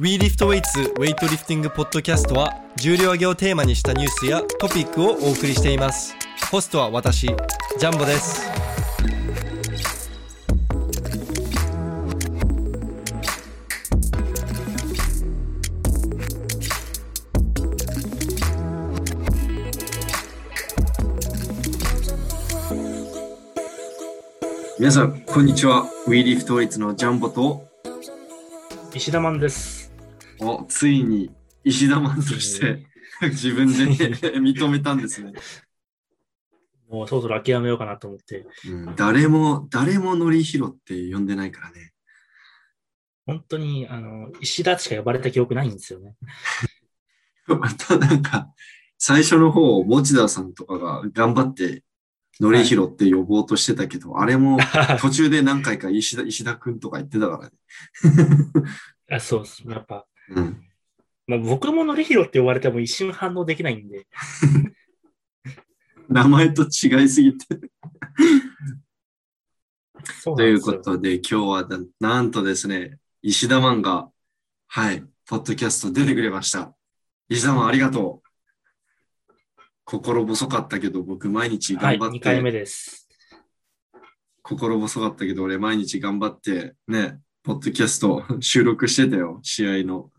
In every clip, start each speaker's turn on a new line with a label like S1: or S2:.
S1: We Lift Weights ウェイトリフティングポッドキャストは重量挙げをテーマにしたニュースやトピックをお送りしていますホストは私ジャンボです
S2: 皆さん、こんにちは。WeLiftWeights のジャンボと、
S3: 石田マンです。
S2: おついに石田マンとして、 自分で認めたんですね。
S3: もうそろそろ諦めようかなと思って。
S2: うん誰も、誰もノリヒロって呼んでないからね。
S3: 本当に、あの、石田しか呼ばれた記憶ないんです よね。
S2: またなんか、最初の方、持田さんとかが頑張って、ノリヒロって呼ぼうとしてたけど、あれ も途中で何回か石田、石田くんとか言ってたからね。
S3: あそうっす。やっぱ、
S2: うん。
S3: まあ、僕ものりひろって呼ばれても一瞬反応できないんで、
S2: 名前と違いすぎて。
S3: そ
S2: と
S3: うなん
S2: い
S3: で
S2: う
S3: す
S2: こ
S3: よ。
S2: とで、今日はななんとですね、石田マンが、はい、ポッドキャスト出てくれました。石田マンありがとう。心細かったけど、僕毎日
S3: は
S2: 頑
S3: い、
S2: 張っ
S3: 2
S2: て、
S3: 回目です。
S2: 心細かったけど、俺毎日頑張って、ね、ポッドキャスト 収録してたよ、試合の。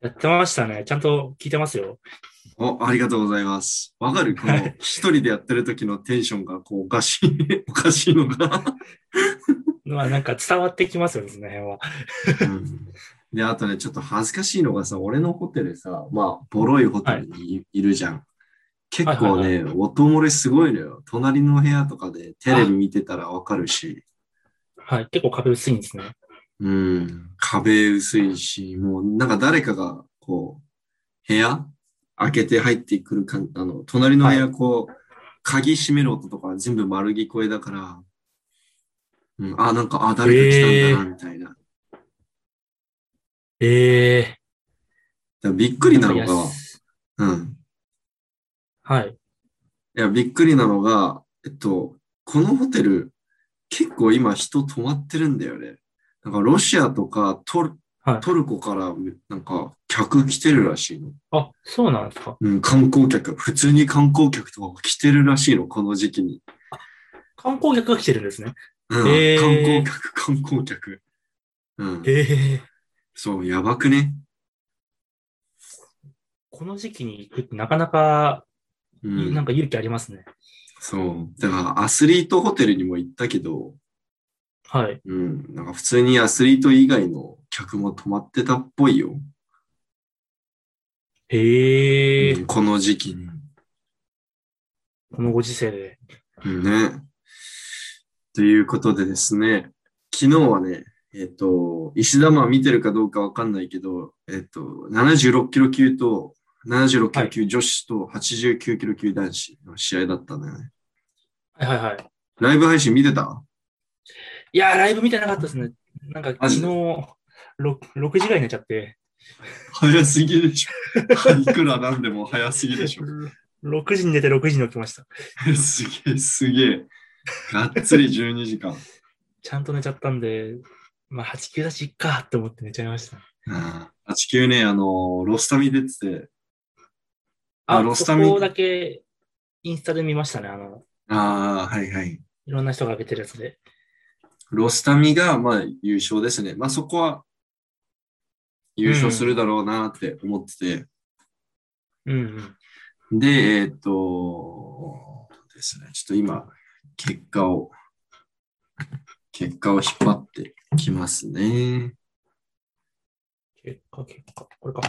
S3: やってましたね。ちゃんと聞いてますよ。
S2: お、ありがとうございます。わかるこ
S3: は
S2: の
S3: い、
S2: 一人でやってる時のテンションが、こう、おかしい、おかしいのが。
S3: まあ、なんか伝わってきますよね、その辺は。
S2: で、あとね、ちょっと恥ずかしいのがさ、俺のホテルさ、まあ、ボロいホテルにい,、るじゃん。結構
S3: は
S2: ね、音漏れすごいのよ。隣の部屋とかでテレビ見てたらわかるし、
S3: はい、結構壁薄いんですね。
S2: うん、壁薄いし、もうなんか誰かが、こう、部屋開けて入ってくるかん、あの、隣の部屋、こう、鍵閉める音とか全部丸聞こえだから、うん、あ、なんか、あ、誰か来たんだな、みたいな。だか
S3: ええ
S2: らびっくりなの
S3: なんか
S2: が
S3: や、す
S2: うん。
S3: はい。
S2: いや、びっくりなのが、えっと、このホテル、結構今人泊まってるんだよね。なんかロシアとかトル、
S3: はい
S2: トルコからなんか客来てるらしいの。
S3: あ、そうなんですか。
S2: うん、観光客。普通に観光客とか来てるらしいの、この時期に。
S3: 観光客が来てるんですね。
S2: うん、
S3: へー
S2: 観光客、観光客。うん、
S3: ええ
S2: そう、やばくね。
S3: この時期に行くってなかなか、
S2: う
S3: なんか勇気ありますね。
S2: そう。だからアスリートホテルにも行ったけど、
S3: はい。
S2: うん、なんか普通にアスリート以外の客も泊まってたっぽいよ。
S3: ええ
S2: うんこの時期に。
S3: このご時世で。
S2: ね。ということでですね、昨日はね、えっ、と、石田マン見てるかどうかわかんないけど、えっ、と、76キロ級と、76キロ級女子と89キロ級男子の試合だったんだよね。
S3: はいはいはい。
S2: ライブ配信見てた
S3: いやー、ライブ見てなかったですね。なんか
S2: マ
S3: 昨
S2: ジ
S3: 日
S2: で
S3: 6, 6時ぐらいになっちゃって、
S2: 早すぎでしょ。 いくらなんでも早すぎでしょ。
S3: 6時に寝て6時に起きました。
S2: すげえ、すげえ。がっつり12時間。
S3: ちゃんと寝ちゃったんで、まあ8、9だしいっかって思って寝ちゃいました。
S2: あ地球ね、あの、ロスタミ出てて、あ
S3: あ、
S2: ロスタ
S3: そ
S2: ミ
S3: こだけインスタで見ましたね。あの、
S2: ああ、はいはい。
S3: いろんな人が上げてるやつで。
S2: ロスタミが、まあ、優勝ですね。まあ、そこは、優勝するだろうなって思ってて。
S3: うんうん。
S2: で、えーっと、ですね。ちょっと今、結果を、結果を引っ張ってきますね。
S3: 結果、結果、これか。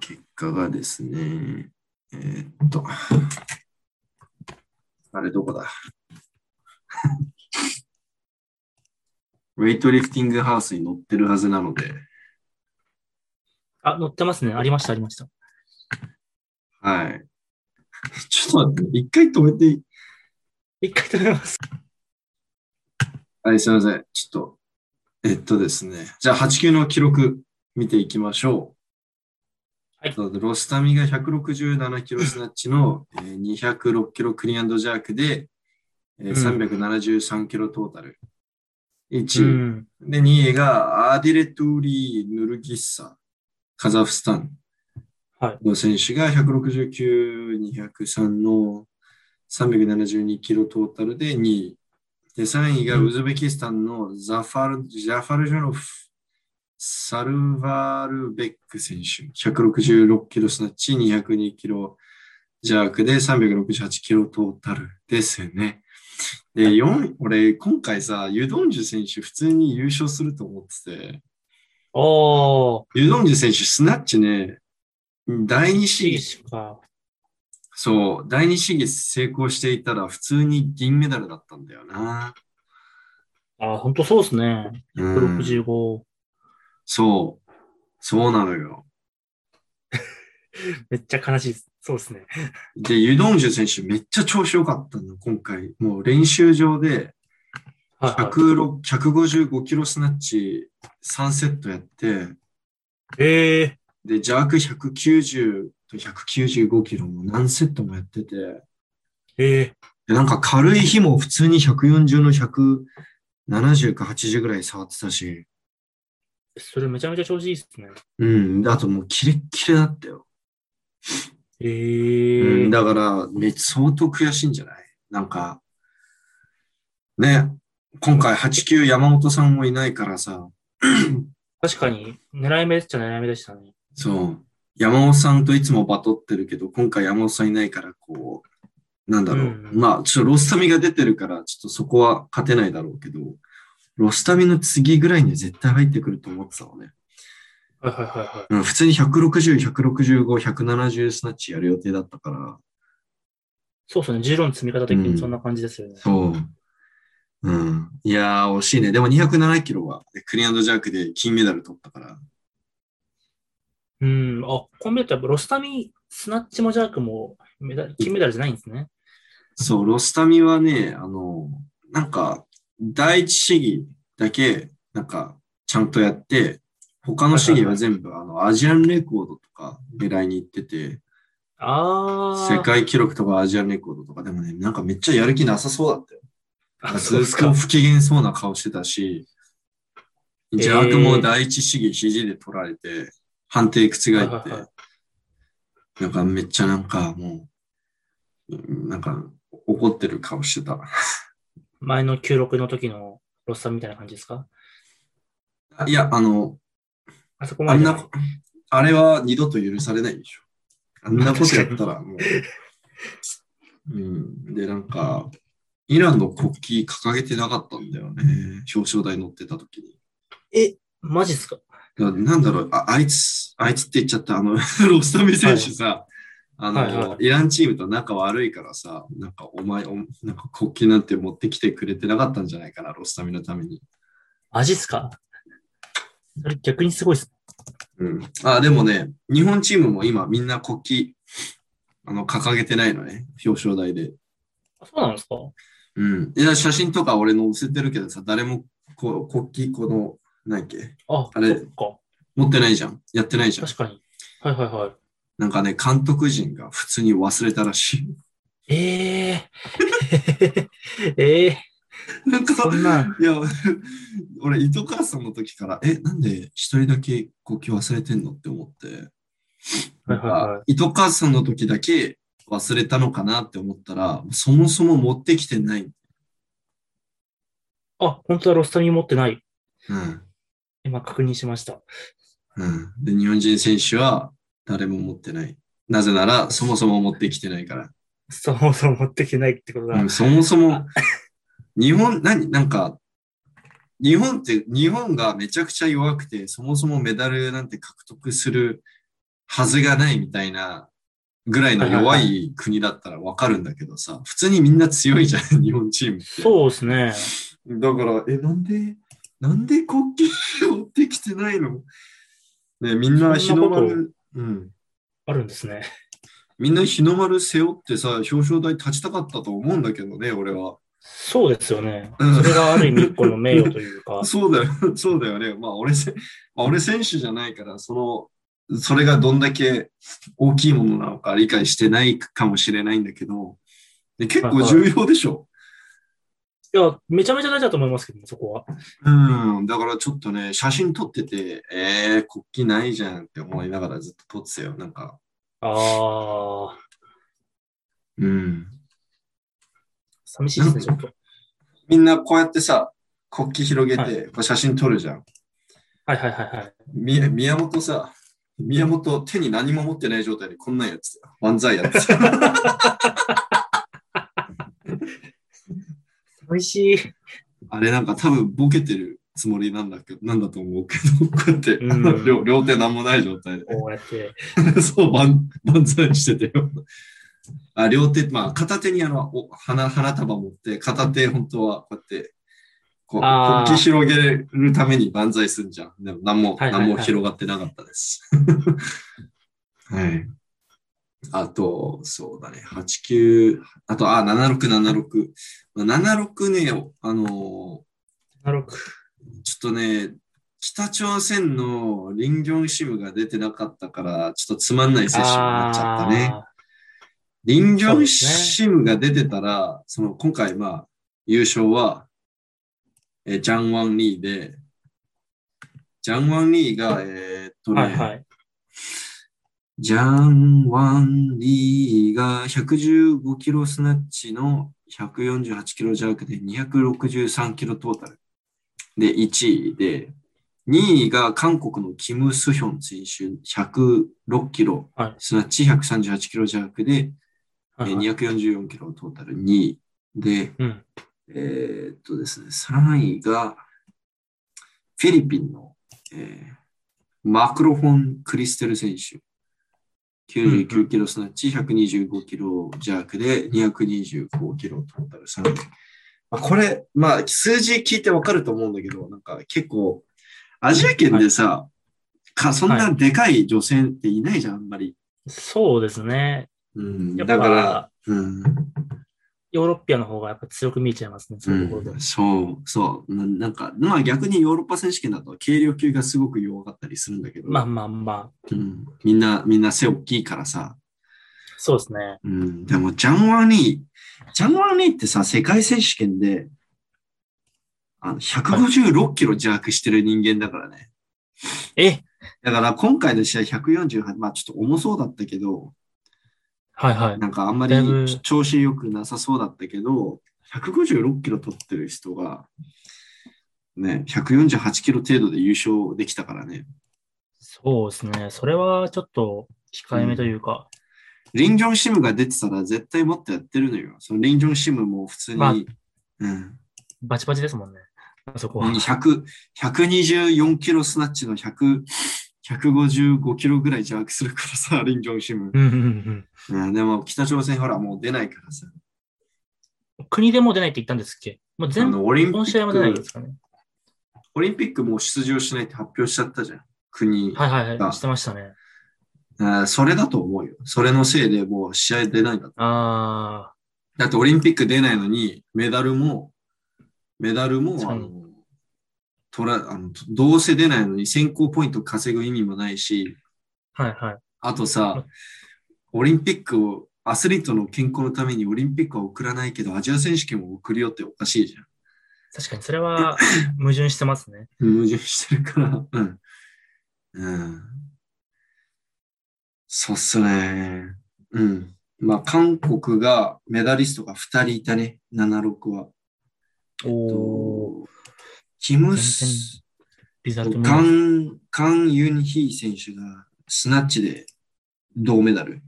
S2: 結果がですね、えーっと、あれどこだ ウェイトリフティングハウスに乗ってるはずなので、
S3: あ、載ってますね。ありました、ありました。
S2: はい。 ちょっと待って、一回止めていい
S3: 一回止めます。
S2: はい、すいません。ちょっと、えっとですね。じゃあ、8級の記録見ていきましょう。
S3: はい
S2: そうロスタミが167キロスナッチの、えー206キロクリアンドジャークで、えー
S3: うん
S2: 373キロトータル。
S3: う
S2: 1位。
S3: ん。
S2: で、2位がアディレトゥーリー・ヌルギッサ、カザフスタン
S3: は
S2: の選手が169、203の372キロトータルで2位。で、3位がウズベキスタンのザファル、ジャファルジャロフ、サルバルベック選手、166キロスナッチ、202キロ弱で368キロトータルですね。で、4位、俺、今回さ、ユドンジュ選手、普通に優勝すると思ってて、
S3: おー、
S2: ユドンジュ選手、スナッチね、第2試技
S3: いいしか。
S2: そう、第二試技成功していたら普通に銀メダルだったんだよな。
S3: あー、ほんとそうですね。
S2: うん
S3: 165。
S2: そう、そうなのよ。
S3: めっちゃ悲しいです。そうですね。
S2: で、ユドンジュ選手めっちゃ調子良かったの、今回。もう練習場で
S3: はい、はい。
S2: 106 155キロスナッチ3セットやって、
S3: ええ
S2: で、ジャーク190と195キロも何セットもやってて、で、
S3: ええ
S2: なんか軽い日も普通に140の170か80ぐらい触ってたし、
S3: それめちゃめちゃ調子いいですね。
S2: うん、あともうキレッキレだったよ。
S3: え
S2: う
S3: え
S2: ん、だから、め、相当悔しいんじゃないなんか、ね、今回89山本さんもいないからさ、
S3: 確かに、狙い目っちゃ狙い目でしたね。
S2: そう、山本さんといつもバトってるけど、今回山本さんいないから、こう、なんだろう、
S3: うん
S2: まあ、ちょっとロスタミが出てるから、ちょっとそこは勝てないだろうけど、ロスタミの次ぐらいには絶対入ってくると思ってたのね。
S3: はいはいはいはい。
S2: うん、普通に160、165、170スナッチやる予定だったから、
S3: そうですね。ジロの積み方的にそんな感じですよね。
S2: そう。うん。いやー、惜しいね。でも207キロは、クリアンドジャークで金メダル取ったから。
S3: うん。あ、こう見るとやっぱロスタミ、スナッチもジャークもメダル、金メダルじゃないんですね。
S2: そう、ロスタミはね、あの、なんか、第一試技だけ、なんか、ちゃんとやって、他の試技は全部、あの、アジアンレコードとか狙いに行ってて、
S3: ああ。
S2: 世界記録とかアジアンレコードとか、でもね、なんかめっちゃやる気なさそうだったよ。
S3: あ、
S2: ず
S3: そうです
S2: っと
S3: か。
S2: 不機嫌そうな顔してたし、
S3: ー
S2: ジャークも第一試技肘で取られて、判定覆って、
S3: はいはいは
S2: なんかめっちゃなんかもう、うんなんか怒ってる顔してた。
S3: 前の96の時のロスタミみたいな感じですか
S2: あいや、あの、
S3: あそこ
S2: あ
S3: まで
S2: ん
S3: じゃ
S2: な
S3: ない。、
S2: あれは二度と許されないでしょ。あんなことやったら もう。うん、で、なんか、イランの国旗掲げてなかったんだよね。表彰台乗ってた時に。
S3: え、マジっすか
S2: だからなんだろうあ、あいつ、あいつって言っちゃった、あの、ロ スタミ選手さ、あの、
S3: はいは
S2: イランチームと仲悪いからさ、なんかお前、おなんか国旗なんて持ってきてくれてなかったんじゃないかな、ロスタミのために。
S3: マジっすかそれ逆にすごいっす。
S2: うん。あ、でもね、日本チームも今みんな国旗、あの、掲げてないのね、表彰台で。
S3: あそうなんですか
S2: うん。いや、写真とか俺載せてるけどさ、誰もこう国旗、この、何やっけ、
S3: あ、
S2: あれ
S3: そっか。
S2: 持ってないじゃん。やってないじゃん。
S3: 確かに。はいはいはい。
S2: なんかね、監督陣が普通に忘れたらしい。
S3: ええ ええ
S2: なんか、
S3: そんなん。
S2: いや、俺、糸川さんの時から、え、なんで一人だけ国旗忘れてんのって思って、
S3: はいはいはい。
S2: 糸川さんの時だけ忘れたのかなって思ったら、そもそも持ってきてない。
S3: あ、本当はロスタミ持ってない。
S2: うん。
S3: 今確認しました。
S2: うん。で、日本人選手は誰も持ってない。なぜなら、そもそも持ってきてないから。
S3: そもそも持ってきてないってことだ。
S2: うん、そもそも、日本、何、なんか、日本って、日本がめちゃくちゃ弱くて、そもそもメダルなんて獲得するはずがないみたいなぐらいの弱い国だったらわかるんだけどさ、普通にみんな強いじゃん、 日本チームって。
S3: そうですね。
S2: だから、え、なんで、なんで国旗持ってきてないのね、みんな日の
S3: そんな
S2: 丸、うん。
S3: あるんですね。
S2: みんな日の丸背負ってさ、表彰台立ちたかったと思うんだけどね、俺は。
S3: そうですよね。
S2: うん
S3: それがある意味一個の名誉というか。
S2: そうだよ、 そうだよね。まあ俺せ、まあ、俺選手じゃないから、その、それがどんだけ大きいものなのか理解してないかもしれないんだけど、で結構重要でしょ。
S3: いや、めちゃめちゃ大事だと思いますけどね、そこは。
S2: うん、だからちょっとね、写真撮ってて、えー、国旗ないじゃんって思いながらずっと撮ってたよ。なんか、
S3: ああ、
S2: うん。
S3: 寂しいですね、ちょっと。
S2: みんなこうやってさ、国旗広げ
S3: は
S2: て、こう写真撮るじゃん。
S3: はいはいはいはい。
S2: み宮本さ、宮本手に何も持ってない状態でこんなんやつだよ。万歳やつ。
S3: 寂しい。
S2: あれなんか多分ボケてるつもりなんだけど、なんだと思うけど、こうやって、
S3: うん
S2: あの 両両手何もない状態
S3: こうやって。
S2: で。 そう、万万歳してたよ。あ両手、まあ片手にあのお花花束持って、片手本当はこうやって、こう国
S3: あー
S2: 旗広げるために万歳すんじゃん。でも何も、
S3: はいはいはい
S2: 何も広がってなかったです。 はい。あと、そうだね、89、あと、あ、7676。76ね、あのー
S3: なるほど
S2: ちょっとね、北朝鮮のリンギョンシムが出てなかったから、ちょっとつまんないセッションになっちゃったね。
S3: あ
S2: リンギョンシムが出てたら、その今回まあ、優勝は、えージャンワンリーで、ジャンワンリーが、えーっと
S3: ー
S2: ね、
S3: はいはい。
S2: ジャン・ワン・リーが115キロスナッチの148キロ弱で263キロトータル。で、1位で、2位が韓国のキム・スヒョン選手106キロ
S3: はい
S2: スナッチ138キロ弱で、え
S3: はい
S2: ー
S3: はい
S2: 244キロトータル2位で、
S3: うん。
S2: えーっとですね、3位がフィリピンの、えーマクロフォン・クリステル選手。
S3: うんう
S2: 99キロスナッチ、125キロ弱で225キロトータル3位。まあ、これ、まあ、数字聞いてわかると思うんだけど、なんか結構、アジア圏でさ、かそんなでかい女性っていないじゃん、あんまり。
S3: そうですね。
S2: うん、
S3: やっ
S2: だから、
S3: ぱ、
S2: うん、
S3: ヨーロッピアの方がやっぱ強く見えちゃいますね、そういうところで。
S2: そう、そう。ななんか、まあ逆にヨーロッパ選手権だと軽量級がすごく弱かったりするんだけど、
S3: まあまあまあ、
S2: うん、みんな、みんな背大きいからさ。
S3: そうですね。
S2: うん、でも、ジャンワニー、ジャンワニーってさ、世界選手権で、あの、156キロ弱してる人間だからね。
S3: え
S2: だから今回の試合148、まあちょっと重そうだったけど、
S3: はいはい。
S2: なんかあんま
S3: だいぶ
S2: り調子良くなさそうだったけど、156キロ取ってる人が、ね、148キロ程度で優勝できたからね。
S3: そうですね。それはちょっと控えめというか、
S2: リンジョンシムが出てたら絶対もっとやってるのよ。そのリンジョンシムも普通に、
S3: まあ
S2: うん、
S3: バチバチですもんね。あそこは。
S2: 100 124キロスナッチの100 155キロぐらい弱するからさ、リンジョンシム。
S3: うんうんうん
S2: うん、でも北朝鮮ほらもう出ないからさ。
S3: うん。国でもう出ないって言ったんですっけもう
S2: あ
S3: 全部、
S2: のオリンピ
S3: この試合も出ないん
S2: ッ
S3: で
S2: ク
S3: すかね。
S2: オリンピックもう出場しないって発表しちゃったじゃん。国。
S3: はいはいは
S2: あ
S3: い。してましたね。
S2: あーそれだと思うよ。それのせいでもう試合出ないんだと。
S3: あ
S2: だってオリンピック出ないのに、メダルも、メダルも、
S3: そう
S2: あの、取ら、あの、どうせ出ないのに選考ポイント稼ぐ意味もないし、
S3: あ、はいはい。
S2: あとさ、オリンピックを、アスリートの健康のためにオリンピックは送らないけど、アジア選手権を送るよっておかしいじゃん。
S3: 確かにそれは矛盾してますね。
S2: 矛盾してるから。うん。うん。そうっすね。うん。まあ、韓国がメダリストが2人いたね、76は。
S3: おー。
S2: キムス、
S3: リザルト見
S2: カン、カン・ユンヒー選手がスナッチで銅メダル。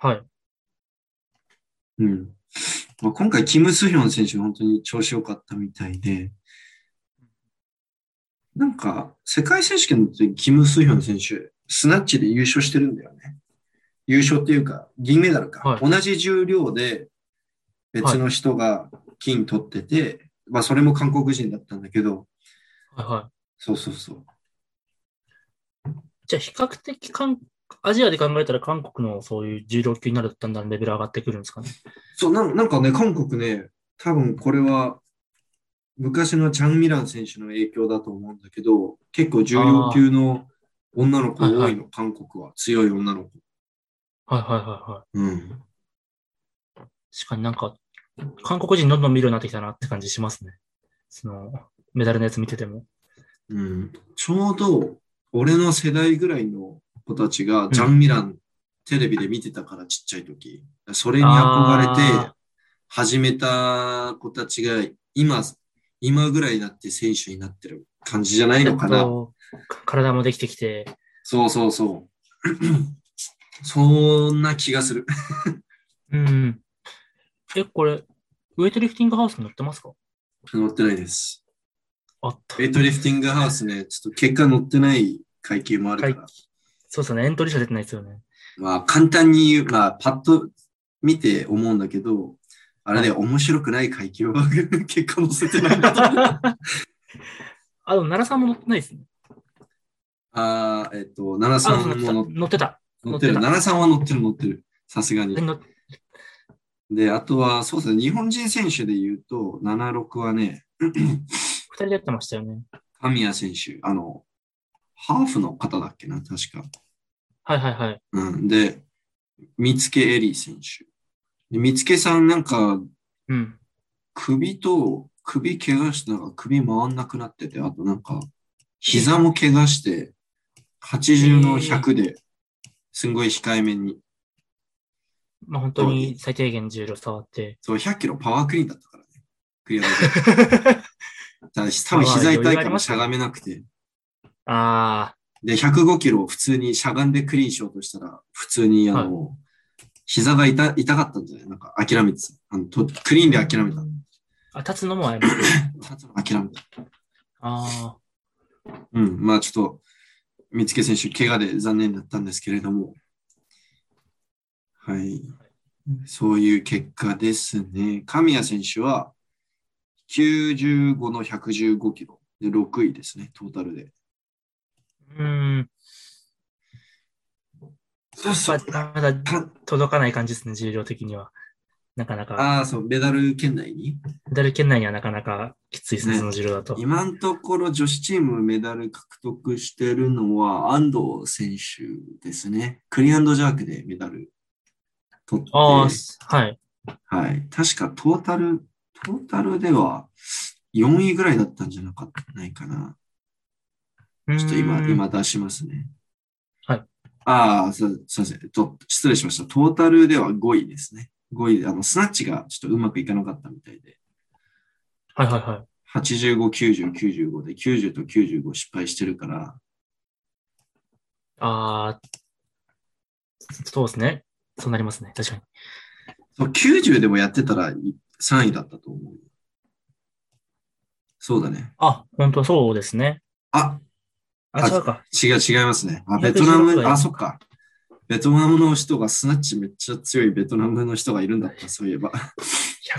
S3: はい。
S2: うん。まあ、今回、キム・スヒョン選手が本当に調子良かったみたいで、なんか、世界選手権の時、キム・スヒョン選手、スナッチで優勝してるんだよね。優勝っていうか、銀メダルか。
S3: はい
S2: 同じ重量で、別の人が金取ってて、まあ、それも韓国人だったんだけど、
S3: はいは
S2: そうそうそう。
S3: い。じゃあ比較的韓アジアで考えたら韓国のそういう重量級になるとだんだんレベル上がってくるんですかね。
S2: そうなん、なんかね、韓国ね、多分これは、昔のチャン・ミラン選手の影響だと思うんだけど、結構重量級の女の子多いの、
S3: はいは
S2: 韓国は。強い女の子。
S3: はいはいはいはい。
S2: うん。
S3: 確かになんか、韓国人どんどん見るようになってきたなって感じしますね。その、メダルのやつ見てても。
S2: うん、ちょうど俺の世代ぐらいの子たちがジャン・ミランテレビで見てたからちっちゃい時それに憧れて
S3: あ
S2: 始めた子たちが今今ぐらいになって選手になってる感じじゃないのか
S3: やっ
S2: な
S3: とか体もできてきて、
S2: そうそうそう そんな気がする
S3: うん。え、これ、ウェイトリフティングハウスに乗ってますか
S2: 乗ってないです
S3: あった
S2: ウ。ェイトリフティングハウスねちょっと結果乗ってない階級もあるから
S3: そうですね、エントリー者出てないです よね。
S2: まあ、簡単に言う、まあ、パッと見て思うんだけど、あれで面白くない階級は結果載せてないなと。
S3: あ、でも奈良さんも乗ってないですね。
S2: あーえっと、奈
S3: あ
S2: 良さんも
S3: 乗ってた。乗ってた。
S2: 乗ってる。
S3: 乗ってた
S2: 奈良さんは乗ってる、乗ってる。さすがに
S3: え。乗っ
S2: で、あとは、そうですね、日本人選手で言うと、76はね、
S3: 二人でやってましたよね。
S2: 神谷選手、あの、ハーフの方だっけな、確か。
S3: はいはいはい。
S2: うん。で、見付けエリー選手。で見付けさんなんか、
S3: うん。
S2: 首と、首怪我して、なんか首回んなくなってて、あとなんか、膝も怪我して、80の100ですんごい控えめに、
S3: まあ本当に最低限重量 触って。
S2: そう、100キロパワークリーンだったからね。クリアで。た だ多分膝痛いからしゃがめなくて。
S3: ああ、
S2: で、105キロ普通にしゃがんでクリーンしようとしたら、普通にあの、膝が痛痛かったんじゃないなんか諦めてた。あのとクリーンで諦めた。
S3: あ、立つのもあります。
S2: 立つの諦めた。
S3: あ
S2: うん、まあちょっと、三つ選手、怪我で残念だったんですけれども、はい、そういう結果ですね。神谷選手は95の115キロで6位ですね、トータルで。
S3: あ、うん。
S2: そう
S3: まだ届かない感じですね、重量的には。なかなか。
S2: ああ、そう、メダル圏内に。
S3: メダル圏内にはなかなかきついですね、
S2: ね
S3: その重量だと。
S2: 今のところ女子チームメダル獲得してるのは安藤選手ですね。クリアンドジャークでメダル取って。
S3: ああ、はい。
S2: はい。確かトータル、トータルでは4位ぐらいだったんじゃなかったないかな。ちょっと今、
S3: うん。
S2: 今出しますね。
S3: はい。
S2: ああ、すすいません。えっと、失礼しました。トータルでは5位ですね。5位で、あの、スナッチがちょっとうまくいかなかったみたいで。
S3: はいはいはい。
S2: 85、90、95で、90と95失敗してるから、
S3: ああ、そうですね。そうなりますね。確かに。
S2: そう90でもやってたら3位だったと思う。そうだね。
S3: あ、本当そうですね。
S2: あ、
S3: あ、違うか。
S2: 違う、違いますね。あ、
S3: 216
S2: ベトナ
S3: だ
S2: ム、
S3: よ
S2: あ、そっか。ベトナムの人が、スナッチめっちゃ強いベトナムの人がいるんだった、そういえば。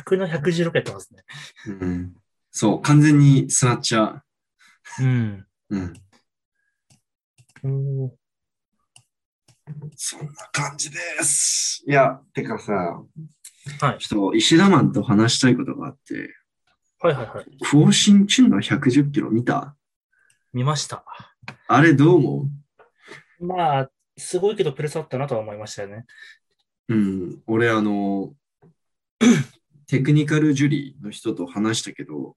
S3: 100の116やってますね。
S2: うん、そう、完全にスナッチャー。
S3: うん。
S2: うん。
S3: おー
S2: そんな感じです。いや、てかさ、
S3: はい
S2: ちょっと石田マンと話したいことがあって、
S3: はいはいはい。
S2: 更新中の110キロ見た
S3: 見ました。
S2: あれどう思
S3: まあ、すごいけどプレスあったなとは思いましたよね。
S2: ううん、俺あの、テクニカルジュリーの人と話したけど、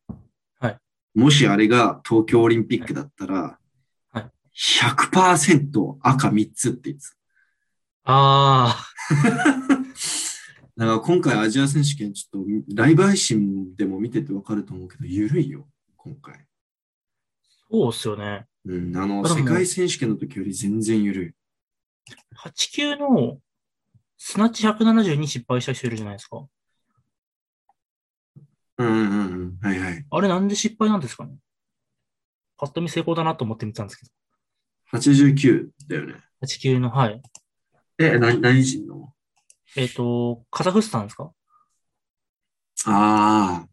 S3: はい
S2: もしあれが東京オリンピックだったら、
S3: いはい
S2: 100%赤3つって言ってた。
S3: あ
S2: だから今回アジア選手権ちょっとライブ配信でも見ててわかると思うけど、緩いよ、今回。
S3: あ、そうっすよね。
S2: うん、あの、
S3: あでも
S2: 世界選手権の時より全然緩い。
S3: 8級のスナッチ172失敗した人いるじゃないですか。
S2: うんうんうんうん、はいはい。
S3: あれなんで失敗なんですかねパッと見成功だなと思って見たんですけど。
S2: 89だよね。
S3: 8級の、はい。
S2: え、何何人の
S3: えっ、と、カザフスタンですか
S2: あ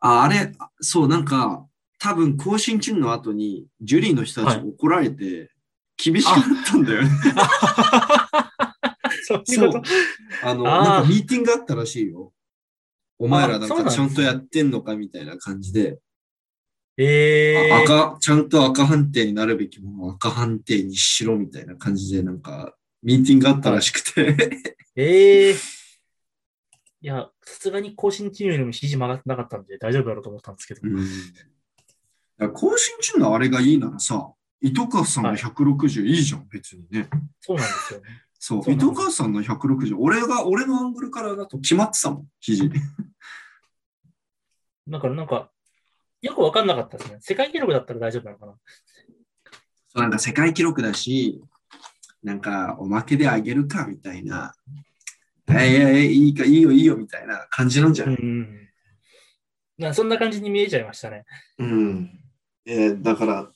S2: あ。あ、あれ、あそう、なんか、多分、更新中の後に、ジュリーの人たち
S3: はい
S2: 怒られて、厳しくなったんだよ ね。
S3: そう
S2: いうこと。あの、
S3: あー
S2: なんかミーティングあったらしいよ。お前らな
S3: あ
S2: ん
S3: そう
S2: か
S3: なんです
S2: ちゃんとやってんのかみたいな感じで、
S3: ええ
S2: あ赤、ちゃんと赤判定になるべきものを赤判定にしろみたいな感じで、なんか、ミーティングあったらしくて、
S3: ええいや、さすがに更新中よりも肘曲がってなかったんで大丈夫だろうと思ったんですけど。
S2: うん。だから更新中のあれがいいならさ、糸川さんの160いいじゃん、別にね。
S3: そうなんですよね。
S2: そう、
S3: そうなんです
S2: 糸川さんの160、俺が、俺のアングルからだと決まってたもん、 肘。
S3: だからなんか、よくわかんなかったですね。世界記録だったら大丈夫なのかな。
S2: そうなんか世界記録だし、なんかおまけであげるかみたいな、えいえいいか、いいよ、いいよみたいな感じなんじゃ
S3: う
S2: なんい、
S3: うんうん。なんかそんな感じに見えちゃいましたね。
S2: うんえーだから、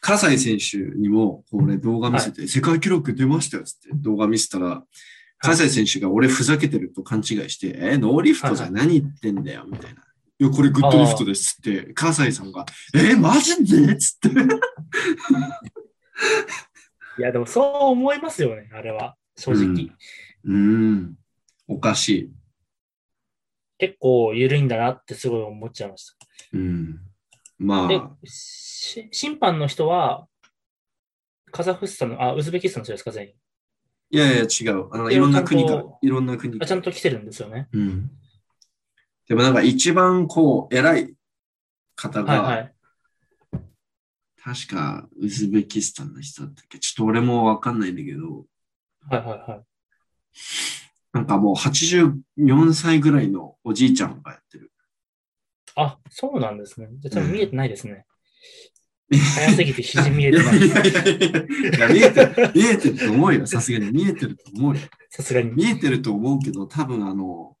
S2: 葛西選手にもこれ動画見せて、世界記録出ましたよっつって動画見せたら、葛西選手が俺ふざけてると勘違いして、えーノーリフトじゃ何言ってんだよみたいな。いや、これグッドリフトですっつって、葛西さんが、えーマジでっつって。
S3: いや、でもそう思いますよね、あれは。正直。
S2: うんうん、おかしい。
S3: 結構緩いんだなってすごい思っちゃいました。
S2: うん。ま
S3: で
S2: あ、、
S3: し審判の人は、カザフスタンの、あ、ウズベキスタンの人ですか、全員。
S2: いやいや、違う。あの、
S3: で
S2: いろんな国か
S3: ちゃ
S2: ら
S3: んと。
S2: いろんな国
S3: あ
S2: か
S3: ちゃ
S2: ら。
S3: んと来てるんですよね。
S2: うん。でもなんか一番こう、偉い方
S3: はい
S2: が、
S3: はい。
S2: 確かウズベキスタンの人だったっけちょっと俺もわかんないんだけど、
S3: はいはいはい。
S2: なんかもう84歳ぐらいのおじいちゃんがやってる。
S3: あ、そうなんですね。じゃあ多
S2: うん
S3: 分見えてないですね。早すぎて肘見え
S2: い
S3: て
S2: や
S3: ない
S2: い。やいやいやいや、見えてる、見えてると思うよ。さすがに見えてると思うよ。
S3: さすがに。
S2: 見えてると思うけど、多分あの、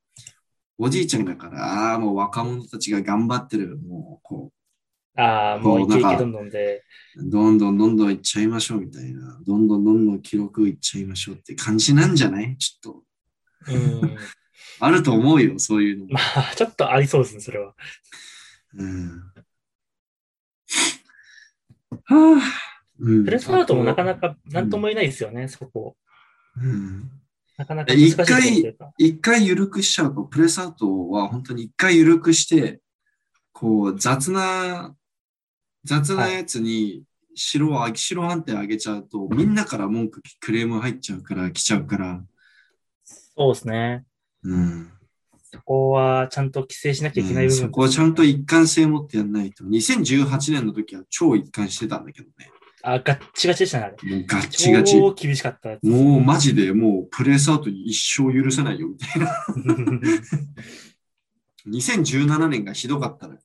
S2: おじいちゃんだから、ああ、もう若者たちが頑張ってる、もう、こう、
S3: ああ、もう
S2: もう
S3: いけい
S2: なん
S3: け
S2: か
S3: どんど んで。
S2: どんどんどんどんいっちゃいましょうみたいな、どんどんどんどん記録いっちゃいましょうって感じなんじゃないちょっと。
S3: うん。
S2: あると思うよ、そういうのも。
S3: まあ、ちょっとありそうですね、それは。
S2: うん。はあ。うん
S3: プレスアウトもなかな
S2: か。
S3: かなんとも言えないですよね、そこ。
S2: うん。
S3: なかなか難しいところというか。
S2: 一回緩くしちゃうと、プレスアウトは本当に一回緩くして、こう、雑な、雑なやつに白を、白判定上げちゃうと、みんなから文句、クレーム入っちゃうから、来ちゃうから。
S3: そうですね。
S2: うん。
S3: そこはちゃんと規制しなきゃいけない部分ですね、
S2: そこはちゃんと一貫性持ってやんないと。2018年の時は超一貫してたんだけどね。
S3: あ、ガッチガチでしたね、あれ。
S2: もうガッチガチ。
S3: 超
S2: も
S3: 厳しかったやつ。
S2: うマジでもうプレイスアウトに一生許せないよみたいな。2017年がひどかったのよ。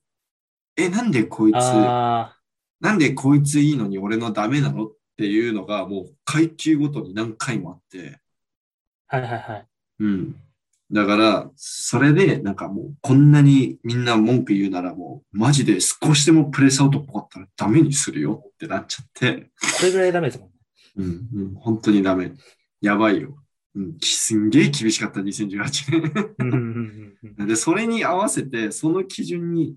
S2: え、なんでこいつ、
S3: ああ、
S2: なんでこいついいのに俺のダメなのっていうのがもう階級ごとに何回もあって。
S3: はいはいはい。
S2: うん。だから、それで、なんかもう、こんなにみんな文句言うならもう、マジで少しでもプレイスアウトっぽかったらダメにするよってなっちゃって。
S3: それぐらいダメですもんね。
S2: うん、うん、本当にダメ。やばいよ。うん、きすんげえ厳しかった、2018年。
S3: うんうんうんうん
S2: で、それに合わせて、その基準に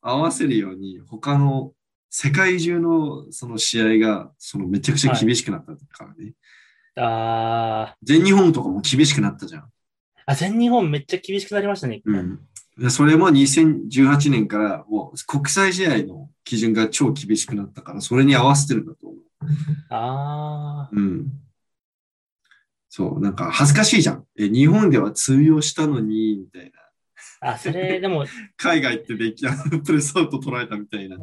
S2: 合わせるように、他の世界中のその試合が、そのめちゃくちゃ厳しくなったからね。
S3: あ
S2: 全日本とかも厳しくなったじゃん。
S3: あ、あ、全日本めっちゃ厳しくなりましたね、一
S2: う
S3: 回
S2: ん。でそれも2018年から、もう国際試合の基準が超厳しくなったから、それに合わせてるんだと思う。
S3: ああ、
S2: うん。そう、なんか恥ずかしいじゃん。え、日本では通用したのに、みたいな。
S3: あ、それでも
S2: 海外ってでき、あのプレスアウト取られたみたいな。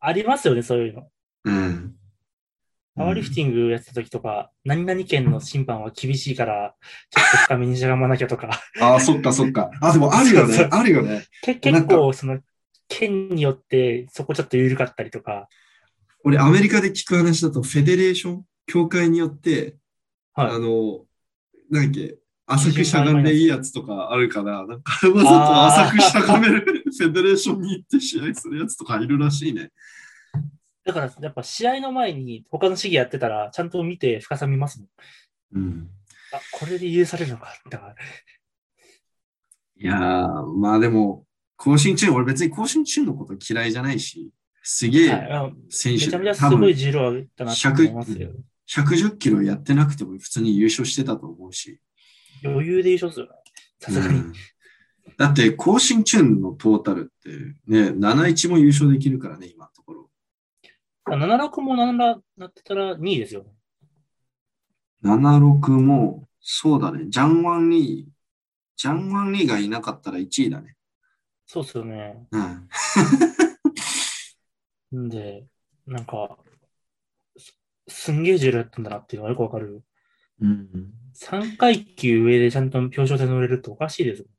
S3: ありますよね、そういうの。
S2: うん。
S3: パワーリフティングやってた時とか、何々県の審判は厳しいから、ちょっと深めにしゃがまなきゃとか、
S2: ああ、そっかそっか。あ、でもあるよ
S3: そうそ
S2: ね
S3: う。
S2: あるよね。
S3: け
S2: なん
S3: 結
S2: か
S3: 構その、県によってそこちょっと緩かったりとか、
S2: 俺、アメリカで聞く話だと、フェデレーション、協会によって、
S3: はい
S2: あの、なんだっけ、浅くしゃがんでいいやつとかあるから、なんか、わざと浅くしゃがめ るフェデレーションに行って試合するやつとかいるらしいね。
S3: だからやっぱ試合の前に他の試技やってたら、ちゃんと見て深さ見ますもん。
S2: うん。
S3: あ、これで許されるのか。だから、
S2: いやー、まあでも、更新中、俺別に更新中のこと嫌いじゃないし、すげ
S3: はい
S2: え
S3: あ
S2: 選手
S3: めち
S2: だ
S3: ゃめちゃ
S2: よ、
S3: す
S2: 多
S3: ごい
S2: 分
S3: 重量だなと思いますよ。
S2: 110キロやってなくても普通に優勝してたと思うし。
S3: 余裕で優勝するよね。さすが
S2: う
S3: に。
S2: んだって、更新中のトータルって、ね、71も優勝できるからね、今のところ。
S3: あ76も7なってたら2位ですよね。
S2: 76も、そうだね、ジャンワンにジャンワンリーがいなかったら1位だね。
S3: そうっすよね。
S2: うん。
S3: んで、なんか、すすんげえ重量やったんだなっていうのがよくわかる。
S2: うん、
S3: 3階級上でちゃんと表彰台乗れるっておかしいですもん。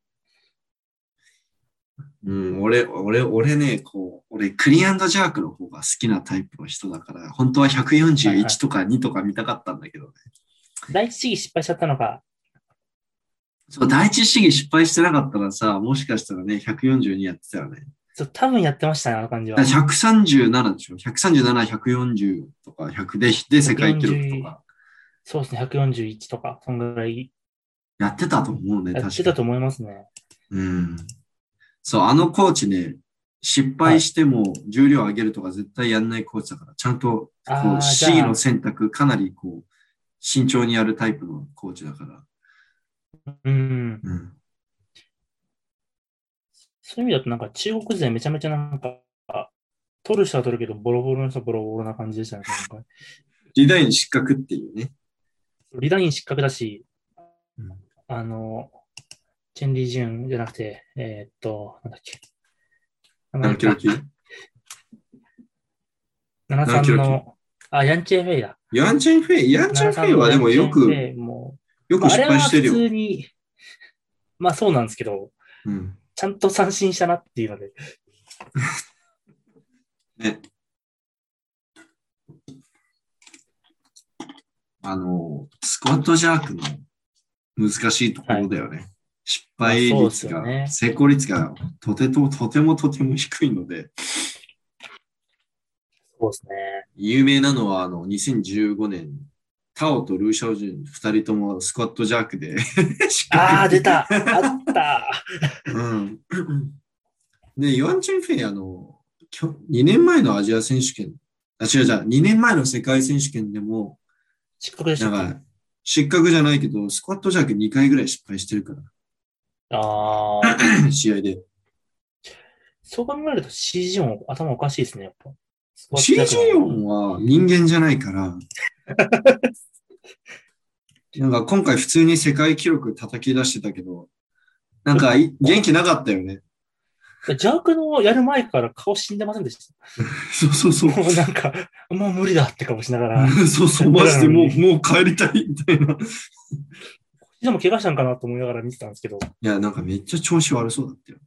S2: うん、俺、俺、俺ね、こう、俺、クリーンジャークの方が好きなタイプの人だから、本当は
S3: はいはい
S2: 141とか2とか見たかったんだけどね。
S3: 第一試技失敗しちゃったのか。
S2: そう、第一試技失敗してなかったらさ、もしかしたらね、142やってたよね。
S3: そう多分やってましたね、あの感じは
S2: だ。から137でしょ ?137、140とか、100で、で、世界記録とか、
S3: そうですね、141とか、そんぐらい
S2: やってたと思うね、
S3: やって
S2: 確
S3: た
S2: か
S3: と思いますね。
S2: に。うん。そう、あのコーチね、失敗しても重量上げるとか絶対やんないコーチだから、ちゃんと
S3: あ
S2: こ
S3: あ、
S2: う
S3: じ
S2: C
S3: ゃあ
S2: の、選択かなりこう慎重にやるタイプのコーチだから。
S3: うん。
S2: うん。
S3: そういう意味だと、なんか中国勢めちゃめちゃなんか、取る人は取るけど、ボロボロの人はボロボロな感じでしたね。今回
S2: リダイン失格っていうね。
S3: リダイン失格だし
S2: うん、
S3: あの、チェンリージュンじゃなくて、えーっと、なんだっけ。
S2: 何キロ級
S3: 73
S2: キロ
S3: の、あ、ヤンチェフェイだ。
S2: ヤンチェンフェイ、ヤンチェンフェイはでもよ
S3: 73の
S2: く、
S3: ヤンチェンフェイも
S2: よく失敗してる
S3: あれは
S2: よ。
S3: 普通に、まあそうなんですけど、
S2: うん。
S3: ちゃんと三振したなっていうので、
S2: ね。あの、スクワットジャークの難しいところだよね。失敗
S3: まあそうです
S2: 率
S3: よ
S2: が、
S3: ね
S2: 成功率がとてととてもとても低いので、
S3: そうですね。
S2: 有名なのは、あの、2015年、タオとルーシャオジュン、二人ともスクワットジャークで 失格。
S3: ああ、出たあった
S2: うん。で、ヨアン・チェンフェイ、あの、きょ2年前のアジア選手権、あ、違う違う、2年前の世界選手権でも、
S3: 失格でした
S2: な
S3: っけ
S2: んか、失格じゃないけど、スクワットジャーク2回ぐらい失敗してるか
S3: ああ、
S2: ら、 試合で。
S3: そう考えると c ジオン頭おかしいですね、やっぱ。スクワット
S2: c
S3: だ
S2: g
S3: けなの
S2: ンは人間じゃない から、なんか今回普通に世界記録叩き出してたけど、なんかい元気なかったよね。
S3: ジャークのやる前から顔死んでませんでし
S2: そうそうそう
S3: た。。もうなんか、もう無理だって顔しながら。
S2: そうそう、マジでもう、もう帰りたいみたいな。い
S3: でも怪我したんかなと思いながら見てたんですけど、
S2: や、なんかめっちゃ調子悪そうだったよ。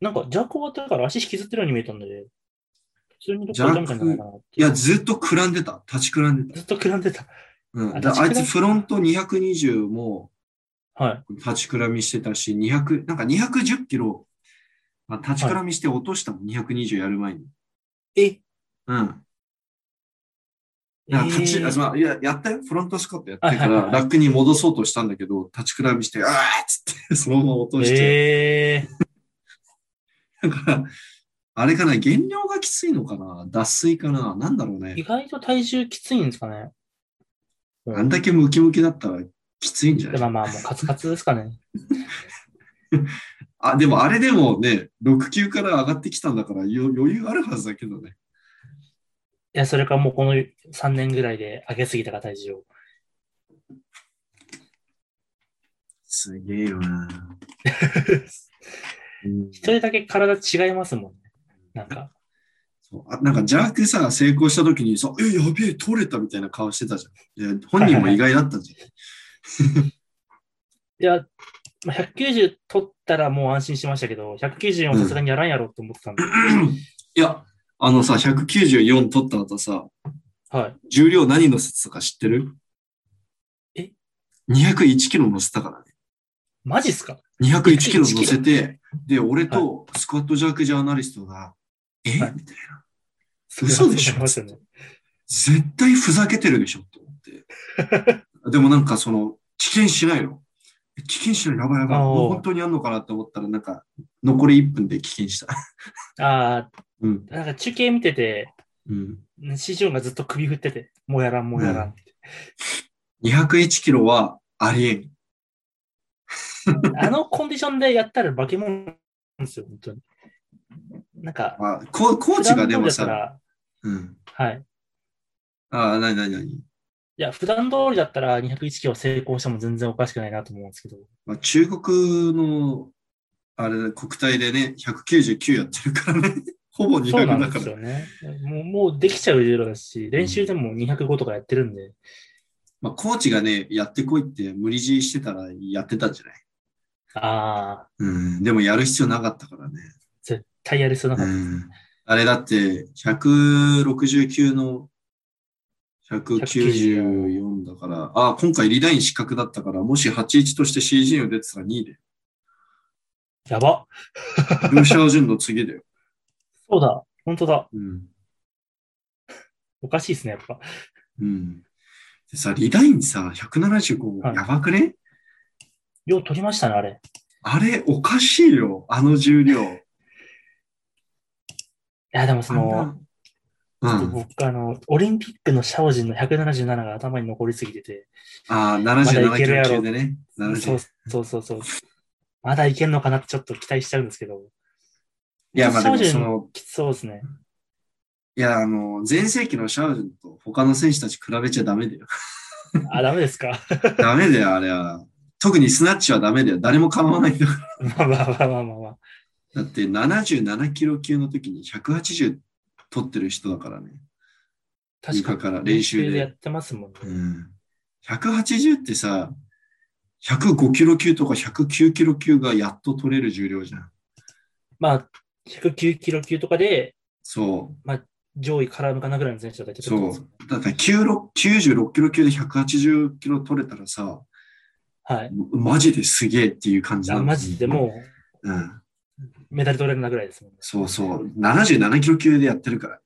S3: なんかジャーク終わったから足引きずってるように見えたんで、普通にどっか痛めたんじゃないかなって。
S2: いや、ずっとくらんでた。立ちくらんでた。
S3: ずっとくらんでた。
S2: うん。
S3: あ立
S2: だ
S3: ちく
S2: あ
S3: らん
S2: いつフロント220も
S3: はい。
S2: 立ちくらみしてたし、200、なんか210キロ、まあ、立ちくらみして落としたもん、220やる前に。
S3: え
S2: うん。なんか立ち、
S3: え
S2: あ
S3: ー
S2: すまんいや、やったよ。フロントスカットやってか
S3: はいはいは
S2: ら、
S3: い
S2: ラックに戻そうとしたんだけど、立ちくらみして、あーっつって、 そのまま落として。
S3: えー
S2: だから、あれかな、減量がきついのかな、脱水かな、なんだろう
S3: 意
S2: ね。
S3: 外と体重きついんですかね。
S2: あんだけムキムキだったらきついんじゃ
S3: でま
S2: な
S3: あ
S2: い
S3: まあ、もうカツカツですかね。
S2: あ、でもあれでもね、6級から上がってきたんだからよ余裕あるはずだけどね。
S3: いや、それかもうこの3年ぐらいで上げすぎたか体重を。
S2: すげえよ な。うん
S3: 一人だけ体違いますもんね。なんか、
S2: そうあなんかジャークさ、成功した時にさ、え、やべえ、取れたみたいな顔してたじゃん。いや本人も意外だったじ
S3: いや、まあ、190取ったらもう安心しましたけど、190はさすがにやらんやろと思って たんで、
S2: ゃん。いや、あのさ、194取った後さ、
S3: はい。
S2: 重量何乗せてたか知ってる
S3: え
S2: ?201 キロ乗せたからね。
S3: マジっすか
S2: 201キロ乗せて、で、俺とスクワットジャークジャーナリストが、えみた
S3: はい
S2: いな。
S3: そ
S2: 嘘
S3: う
S2: でしょ
S3: ますよね。
S2: 絶対ふざけてるでしょって思 って。でもなんかその、危険しないの。え危険しない、やばいやばい。
S3: あー
S2: もう本当にやんのかなって思ったら、なんか、残り1分で危険した。
S3: あ
S2: うん。
S3: あ、なんか中継見てて、
S2: うん。
S3: 師匠がずっと首振ってて、もうやらん、もうやらん。
S2: 201キロはありえん。
S3: あのコンディションでやったら化け物なんですよ、本当に。なんか、
S2: まあ、ココーチがでも
S3: 普段通りだった
S2: さ、
S3: ら
S2: うん。
S3: はい。
S2: ああ、なになになに
S3: いや、普段通りだったら201キロ成功しても全然おかしくないなと思うんですけど、
S2: まあ、中国の、あれ、国体でね、199やってるからね。 ほぼ200
S3: そうなん
S2: だ
S3: で
S2: か
S3: す
S2: ら。
S3: よね。もうもうできちゃう重量だし、練習でも205とかやってるんで、
S2: まあ、コーチがね、やってこいって無理強いしてたらやってたんじゃない
S3: ああ、
S2: うん、でもやる必要なかったからね。
S3: 絶対やりそうなか
S2: う
S3: った。
S2: ん、あれだって、169の194だから、あ、今回リライン失格だったから、もし81として CG を出てたら2位で。
S3: やば。
S2: ルーシャージュンの次だよ。
S3: そうだ。本当だ。
S2: うん。
S3: おかしいですね、やっぱ。
S2: うん。でさ、リラインさ、175、
S3: はい
S2: やばくね、
S3: よう取りましたね、あれ。
S2: あれ、おかしいよ、あの重量。
S3: いや、でもその、
S2: あんなうん。
S3: 僕、あの、オリンピックのシャオジンの177が頭に残りすぎてて、
S2: ああ、
S3: まだ
S2: 77
S3: いけ
S2: キ
S3: るや
S2: ロ
S3: ろ
S2: 級でね。
S3: そう
S2: 77
S3: そうそうそう。まだいけるのかなってちょっと期待しちゃうんですけど、
S2: いや、まあでも
S3: シャオジュン
S2: その、
S3: きつそうですね。
S2: いや、あの、前世紀のシャウジュンと他の選手たち比べちゃダメだよ。
S3: あ、ダメですか
S2: ダメだよ、あれは。特にスナッチはダメだよ。 誰も構わないんだか
S3: まあまあまあまあまあまあ。
S2: ら。だって77キロ級の時に180取ってる人だからね。
S3: 確か
S2: 床から
S3: に。
S2: 練習で
S3: やってますもんね。
S2: うん。180ってさ、105キロ級とか109キロ級がやっと取れる重量じゃん。
S3: まあ、109キロ級とかで
S2: そう。
S3: 上位絡むかなぐらいの選手が大体取っ
S2: そ
S3: てますもん。
S2: う。だから96 96キロ級で180キロ取れたらさ、
S3: はい。
S2: マジですげえっていう感じな
S3: あ
S2: の
S3: マジでも
S2: うん。
S3: うメダル取れるなぐらいですもんね。
S2: そうそう。77キロ級でやってるから。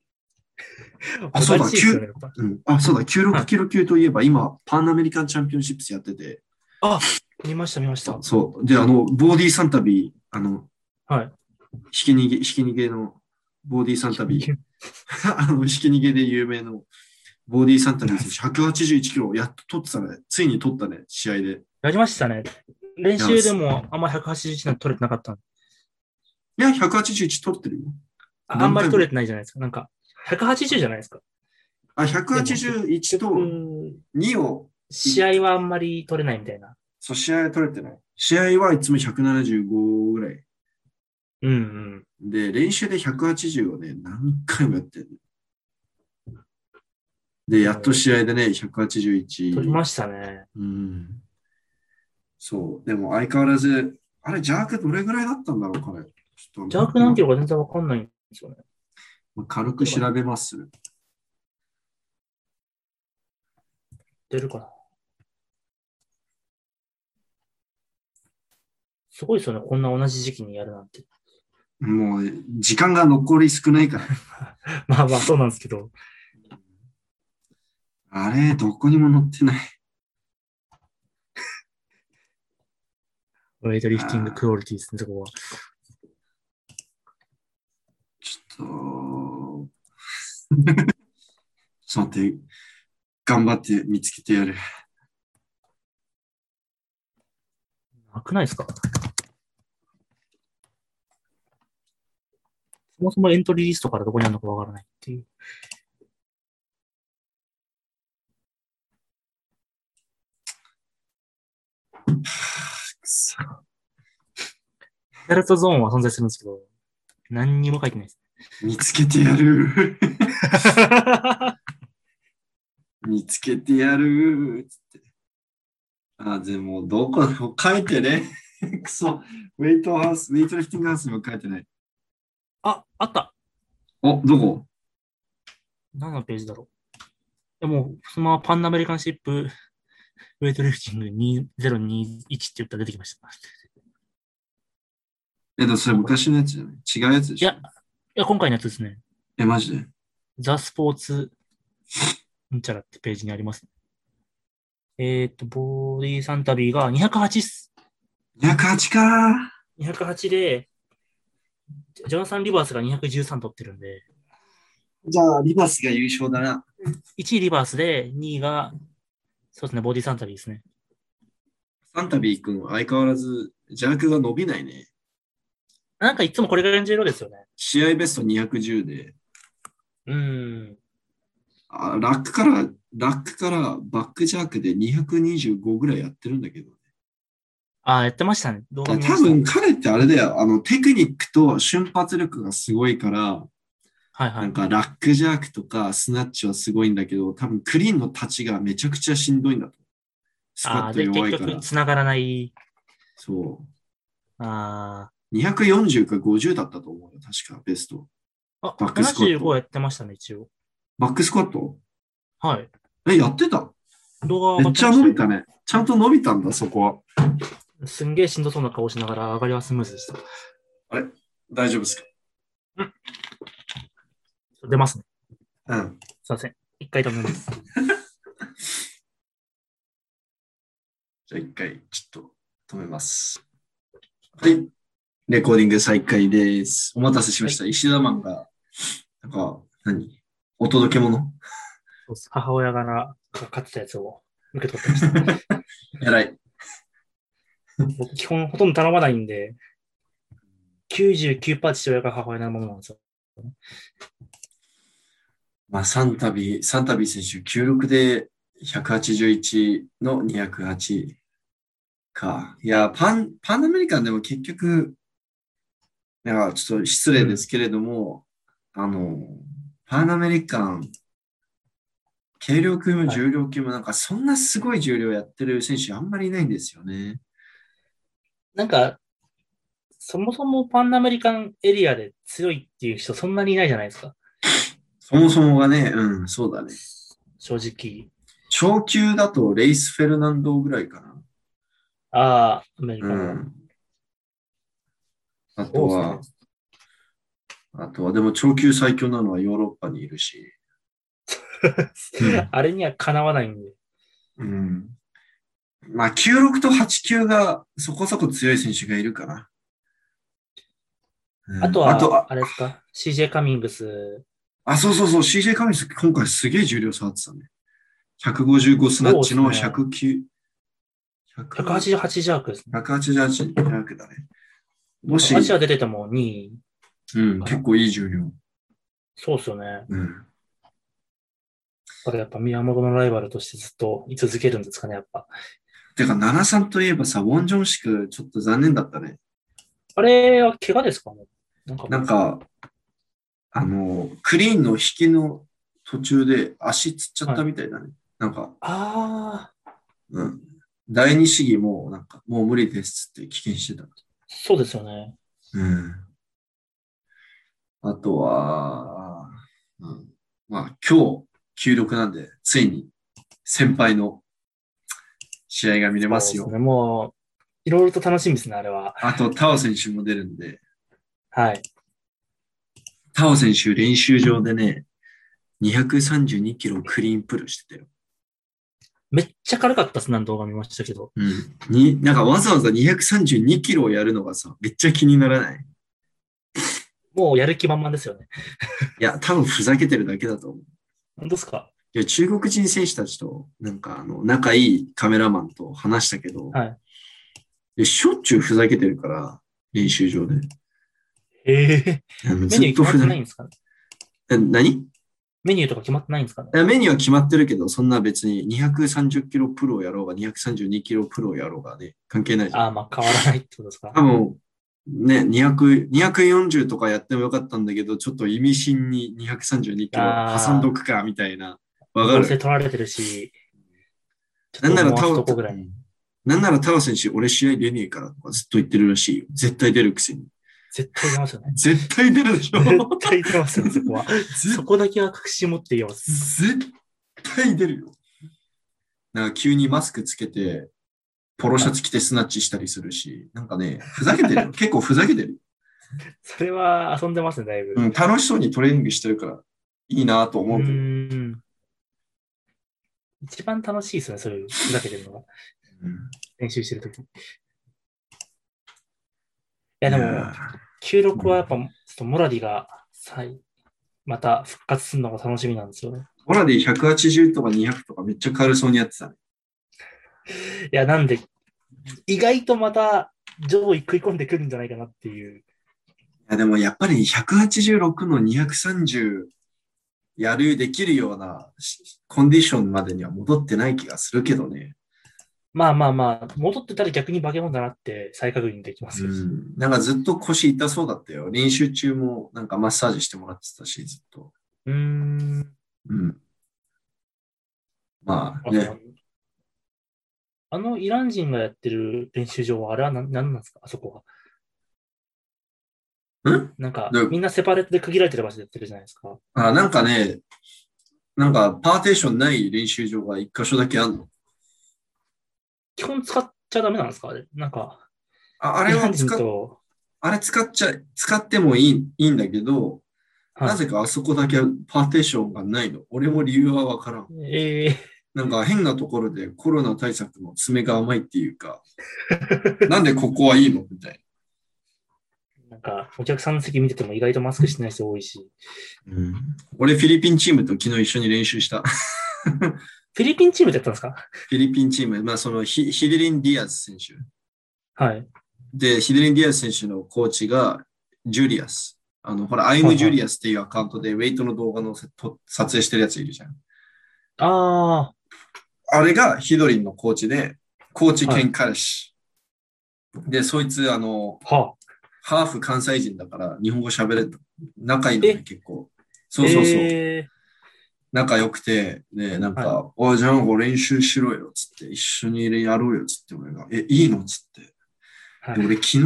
S2: あそうだ
S3: おかしいですよねやっぱ
S2: うん。あ、そうだ。
S3: は
S2: 96
S3: い
S2: キロ級といえば、今、パンアメリカンチャンピオンシップスやってて。
S3: 見ました、見ました。
S2: そう。で、あの、ボディサンタビー、あの、
S3: はい。
S2: ひき逃げ、ひき逃げの、ボディサンタビー。あの、ひき逃げで有名の、ボディサンタビー選手、181キロ、やっと取ってたね。ついに取ったね、試合で。
S3: やりましたね。練習でもあんま181なんて取れてなかったんで
S2: いや、181取ってるよ。
S3: ああんまり取れてないじゃないですか。なんか、180じゃないですか。
S2: あ、181
S3: う
S2: と
S3: ん
S2: 2を、
S3: 試合はあんまり取れないみたいな。
S2: そう、試合は取れてない。試合はいつも175ぐらい。
S3: うんうん。
S2: で、練習で180をね、何回もやってる。で、やっと試合でね、181。
S3: 取りましたね。
S2: うん。そう。でも相変わらず、あれ、邪悪どれぐらいだったんだろう、彼。ちょっと
S3: 邪悪何キロか全然わかんないんですよね。
S2: まあ軽く調べます。
S3: 出るかな。すごいですよね。こんな同じ時期にやるなんて。
S2: もう、時間が残り少ないから。
S3: まあまあ、そうなんですけど。
S2: あれ、どこにも載ってない。
S3: ウェイトリフティングクオリティですね、そこは。
S2: ちょっと、 ちょっと待って、頑張って見つけてやる。
S3: なくないですかそもそもエントリーリストからどこにあるのかわからないっていう。
S2: くそ
S3: ペルトゾーンは存在するんですけど、何にも書いてないです。
S2: 見つけてやる。見つけてやるつって。あ、でも、どこでも書いてね。 くそ、ウェイトハウス、ウェイトリフティングハウスにも書いてない。
S3: あ、あった。
S2: お、どこ
S3: 何のページだろう。でも、そのままパンアメリカンシップ、ウェイトリフティング2021って言ったら出てきました。
S2: え、でもそれ昔のやつじゃない違うやつでしょ
S3: いや。いや、今回のやつですね。
S2: え、マジで。
S3: ザ・スポーツ、んちゃらってページにあります。えーっ、と、ボーディーサンタビーが208っす。
S2: 208か
S3: 208で、ジョナサン・リバースが213取ってるんで、
S2: じゃあ、リバースが優勝だな。
S3: 1位リバースで、2位が、そうですね、ボディーサンタビーですね。
S2: サンタビー君、相変わらず、邪悪が伸びないね。
S3: なんかいつもこれぐらいの重量ですよね。
S2: 試合ベスト210で、
S3: うん。
S2: あラックから、ラックからバックジャークで225ぐらいやってるんだけど。
S3: ああ、やってましたね。動
S2: 多
S3: 画見ました
S2: 分彼ってあれだよ、あのテクニックと瞬発力がすごいから、
S3: はいは
S2: なん
S3: い。
S2: かラックジャークとかスナッチはすごいんだけど、多分クリーンの立ちがめちゃくちゃしんどいんだと。スク
S3: あ
S2: ワ
S3: あ、
S2: ット
S3: で、
S2: 弱
S3: 結
S2: いから
S3: 局、。繋がらない。
S2: そ
S3: あ
S2: う。240か50だったと思うよ、確か、ベスト。
S3: あ。あ、
S2: バックスクワット
S3: 75やってましたね、一応。
S2: バックスクワット
S3: はい。
S2: え、やってた
S3: 動画は上
S2: め
S3: が
S2: っ
S3: って
S2: ちゃ
S3: ました
S2: 伸
S3: よ
S2: びたね。ちゃんと伸びたんだ、そこは。
S3: すんげえしんどそうな顔しながら上がりはスムーズでした。
S2: 大丈夫ですか
S3: 出ますね。
S2: うん。
S3: すいません。一回止めます。
S2: じゃあ一回、ちょっと止めます。はい。レコーディング再開です。お待たせしました。石田マンが、なんか、何お届け物
S3: そうっす母親から買ってたやつを受け取って ました。
S2: えらい。
S3: 僕、基本ほとんど頼まないんで、99%父親が母親のものなんですよ。
S2: まあ、サンタビ、サンタビ選手、96で181の208か。いや、パン、パンアメリカンでも結局、なんかちょっと失礼ですけれども、あの、パンアメリカン、軽量級も
S3: はい
S2: 重量級もなんかそんなすごい重量やってる選手あんまりいないんですよね。
S3: なんか、そもそもパンアメリカンエリアで強いっていう人そんなにいないじゃないですか。
S2: そもそもがね、うん、そうだね。
S3: 正直。
S2: 超級だとレイス・フェルナンドぐらいかな。
S3: ああ、アメリカン
S2: う
S3: は。
S2: ん。あと
S3: そう
S2: は
S3: で、
S2: あとは、でも超級最強なのはヨーロッパにいるし、
S3: すねあれにはかなわないんで。
S2: うん。まあ、96と89がそこそこ強い選手がいるかな。うん
S3: あと
S2: あと
S3: は
S2: あ、
S3: あれですか ?CJ カミングス。
S2: あそうそうそう、CJ カミス、今回すげえ重量触ってたね。155スナッチの
S3: そう
S2: 109、100
S3: 188ジャークですね。
S2: 188になるけどね。もし
S3: ア、ジア出てても2位。
S2: うん、結構いい重量。
S3: そうっすよね。
S2: うん。
S3: だからやっぱ宮本のライバルとしてずっと居続けるんですかね、やっぱ。
S2: てか、奈良さんといえばさ、ウォンジョンシク、ちょっと残念だったね。
S3: あれは怪我ですかねなんか
S2: なんか、あの、クリーンの引きの途中で足つっちゃったみたいだね。なんか、
S3: ああ、
S2: うん。第二試技も、なんか、もう無理ですって危険してた。
S3: そうですよね。
S2: うん。あとは、うん、まあ、今日、96なんで、ついに、先輩の試合が見れます
S3: そう
S2: よ。
S3: ですね、もう、いろいろと楽しみですね、あれは。
S2: あと、タオ選手も出るんで、
S3: はい。
S2: タオ選手、練習場でね、232キロクリーンプルしてたよ。
S3: めっちゃ軽かったっすね、動画見ましたけど。
S2: うん。に、なんかわざわざ232キロをやるのがさ、めっちゃ気にならない。
S3: もうやる気満々ですよね。
S2: いや、多分ふざけてるだけだと思う。
S3: 本当ですか
S2: いや、中国人選手たちと、なんかあの、仲いいカメラマンと話したけど、
S3: はい
S2: でしょっちゅうふざけてるから、練習場で。
S3: へえ。
S2: あの
S3: メ
S2: ず
S3: ニ
S2: っ
S3: ュー
S2: と
S3: 決ま
S2: ふ
S3: って
S2: ざ
S3: ないん
S2: け
S3: ですかね
S2: え、何
S3: メニューとか決まってないんですかね
S2: えメニューは決まってるけど、そんな別に230キロプロをやろうが、232キロプロをやろうがね、関係ないじゃん
S3: ああ、まあ変わらないってことですか
S2: 多分、ね、200 240とかやってもよかったんだけど、ちょっと意味深に232キロ挟んどくか、みたいな。わか
S3: どうせ
S2: る。
S3: 取られてるし、ち
S2: なんなら
S3: もう
S2: タ
S3: 一
S2: オ、
S3: 個ぐらい。
S2: なんならタオ選手、俺試合出ねえからとかずっと言ってるらしいよ。絶対出るくせに。。
S3: 絶対出ますよね
S2: 絶対出るでしょ
S3: 絶対出ますよね、そこ は。
S2: 絶
S3: そこだけは確信持って言います。
S2: 絶対出るよ。なんか急にマスクつけて、ポロシャツ着てスナッチしたりするし、なんかね、ふざけてるよ。結構ふざけてる。
S3: それは遊んでますね、だいぶ。
S2: うん、楽しそうにトレーニングしてるから、いいなと思う
S3: う
S2: けど。
S3: ーん一番楽しいですね、そういうふざけてるのが。
S2: うん
S3: 練習してるとき。いや、で
S2: い
S3: も
S2: や、
S3: 96はやっぱ、ちょっとモラディが再、また復活するのが楽しみなんですよね。
S2: モラディ180とか200とかめっちゃ軽そうにやってたね。
S3: いや、なんで、意外とまた上位食い込んでくるんじゃないかなっていう。
S2: いやでもやっぱり186の230やる、できるようなしコンディションまでには戻ってない気がするけどね。
S3: まあまあまあ、戻ってたら逆に化け物だなって再確認できます
S2: う
S3: よ。
S2: ん。なんかずっと腰痛そうだったよ。練習中もなんかマッサージしてもらってたし、ずっと。
S3: うーん。
S2: うん。まあ
S3: あ
S2: ね、
S3: あのイラン人がやってる練習場は、あれは何なんなんですかあそこは。
S2: ん
S3: なんか
S2: どういう、
S3: みんなセパレートで区切られてる場所でやってるじゃないですか。
S2: あなんかね、なんかパーテーションない練習場が一箇所だけあるの。
S3: 基本使っちゃダメなんですかあれ。なんか、
S2: ああ
S3: あ
S2: れは使っ
S3: と、
S2: あれ使っちゃ、使ってもいいいいんだけど、
S3: はい
S2: なぜかあそこだけパーテーションがないの。俺も理由はわからん。
S3: ええ
S2: なんか変なところでコロナ対策の爪が甘いっていう か、なんでここはいいのみたい
S3: なんか、お客さんの席見てても意外とマスクしてない人多いし。
S2: な。俺フィリピンチームと昨日一緒に練習した。
S3: フィリピンチームでやったんですか
S2: フィリピンチーム、まあそのヒヒデリン・ディアス選手。
S3: はい。
S2: で、ヒデリン・ディアス選手のコーチがジュリアス。あの、ほら、アイム・ジュリアスっていうアカウントでウェイトの動画のせと撮影してるやついるじゃん。
S3: ああ、
S2: あれがヒドリンのコーチで、コーチ兼彼氏。で、そいつ、あの、
S3: は
S2: ハーフ関西人だから、日本語喋れる。仲いいのね、
S3: え
S2: 結構。
S3: あ。
S2: そうそうそう。
S3: ええ
S2: 仲良くて、ね、なんか、
S3: は
S2: おい、じゃあ、練習しろよ、つって、一緒にやろうよ、つって、俺が、え、いいのつって。
S3: はい
S2: で俺、昨日、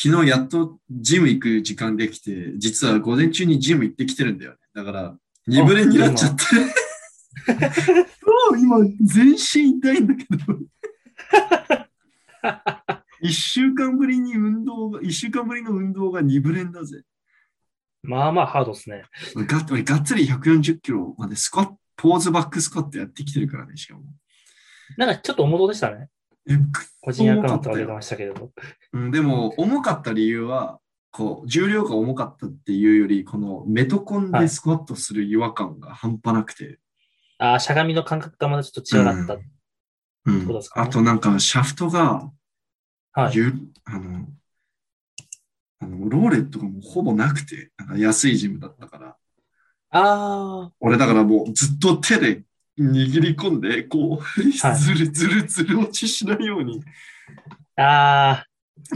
S2: 昨日やっとジム行く時間できて、実は午前中にジム行ってきてるんだよね。だから、二ブレになっちゃって。そう、今、全身痛いんだけど。一週間ぶりに運動が、一週間ぶりの運動が二ブレんだぜ。
S3: まあまあハードですね。
S2: 俺が俺がっつり140キロまでスクワット、ポーズバックスクワットやってきてるからね、しかも。
S3: なんかちょっと重そうでしたね。
S2: え
S3: 個人アカウントは出てましたけど。
S2: うん、でも、重かった理由は、こう、重量が重かったっていうより、このメトコンでスクワットする違和感が半端なくて。
S3: ああ、しゃがみの感覚がまだちょっと違かった。
S2: うん
S3: そうですかね
S2: あとなんか、シャフトが、
S3: はい。
S2: ゆあの、あの、ローレットがもうほぼなくて、なんか安いジムだったから。
S3: ああ、
S2: 俺だからもうずっと手で握り込んで、こう、
S3: はい
S2: ずるずるずる落ちしないように、
S3: あ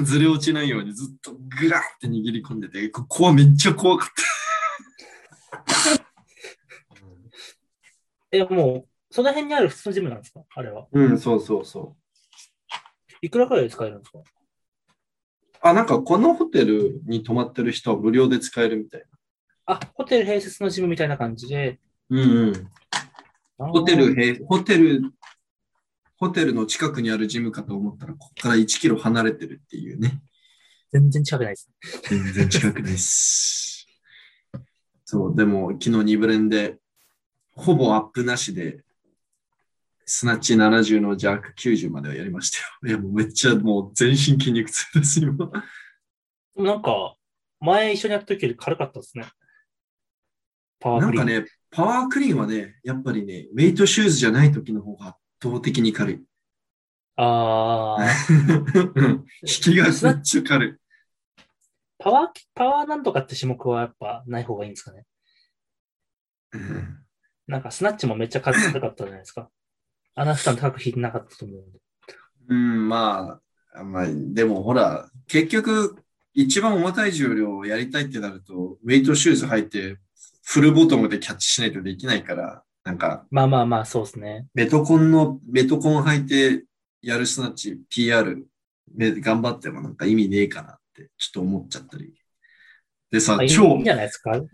S3: あ、
S2: ずれ落ちないようにずっとグラって握り込んでて、ここはめっちゃ怖かった。
S3: え、もう、その辺にある普通のジムなんですかあれは。
S2: うん、そうそうそう。
S3: いくらくらいで使えるんですか
S2: あ、なんかこのホテルに泊まってる人は無料で使えるみたい
S3: あ、ホテル併設のジムみたいな感じで。
S2: な。うんうん。
S3: あー
S2: ホテルへ、ホテル、ホテルの近くにあるジムかと思ったら、ここから1キロ離れてるっていうね。
S3: 全然近くないです。
S2: 全然近くないっす。そう、でも昨日2ブレンで、ほぼアップなしで、スナッチ70のジャーク90まではやりましたよ。いや、もうめっちゃもう全身筋肉痛です、今。
S3: でもなんか、前一緒にやった時より軽かったですね。パワー
S2: な
S3: ク
S2: ん
S3: リー
S2: か
S3: ン。
S2: ね、パワークリーンはね、やっぱりね、ウェイトシューズじゃない時の方が圧倒的に軽い。
S3: ああ、
S2: 引きがめっちゃ軽い。
S3: パワー、パワーなんとかって種目はやっぱない方がいいんですかね。
S2: うん
S3: なんかスナッチもめっちゃ軽かったじゃないですか。穴負担高く引いてなかったと思うんで。
S2: うん、まあ、まあ、でもほら、結局、一番重たい重量をやりたいってなると、ウェイトシューズ履いて、フルボトムでキャッチしないとできないから、なんか、
S3: まあまあまあ、そうですね。
S2: ベトコンの、ベトコン履いてやるスナッチ、PR、め頑張ってもなんか意味ねえかなって、ちょっと思っちゃったり。でさ
S3: あい、いいい
S2: 超
S3: んじ、ゃないですか。はい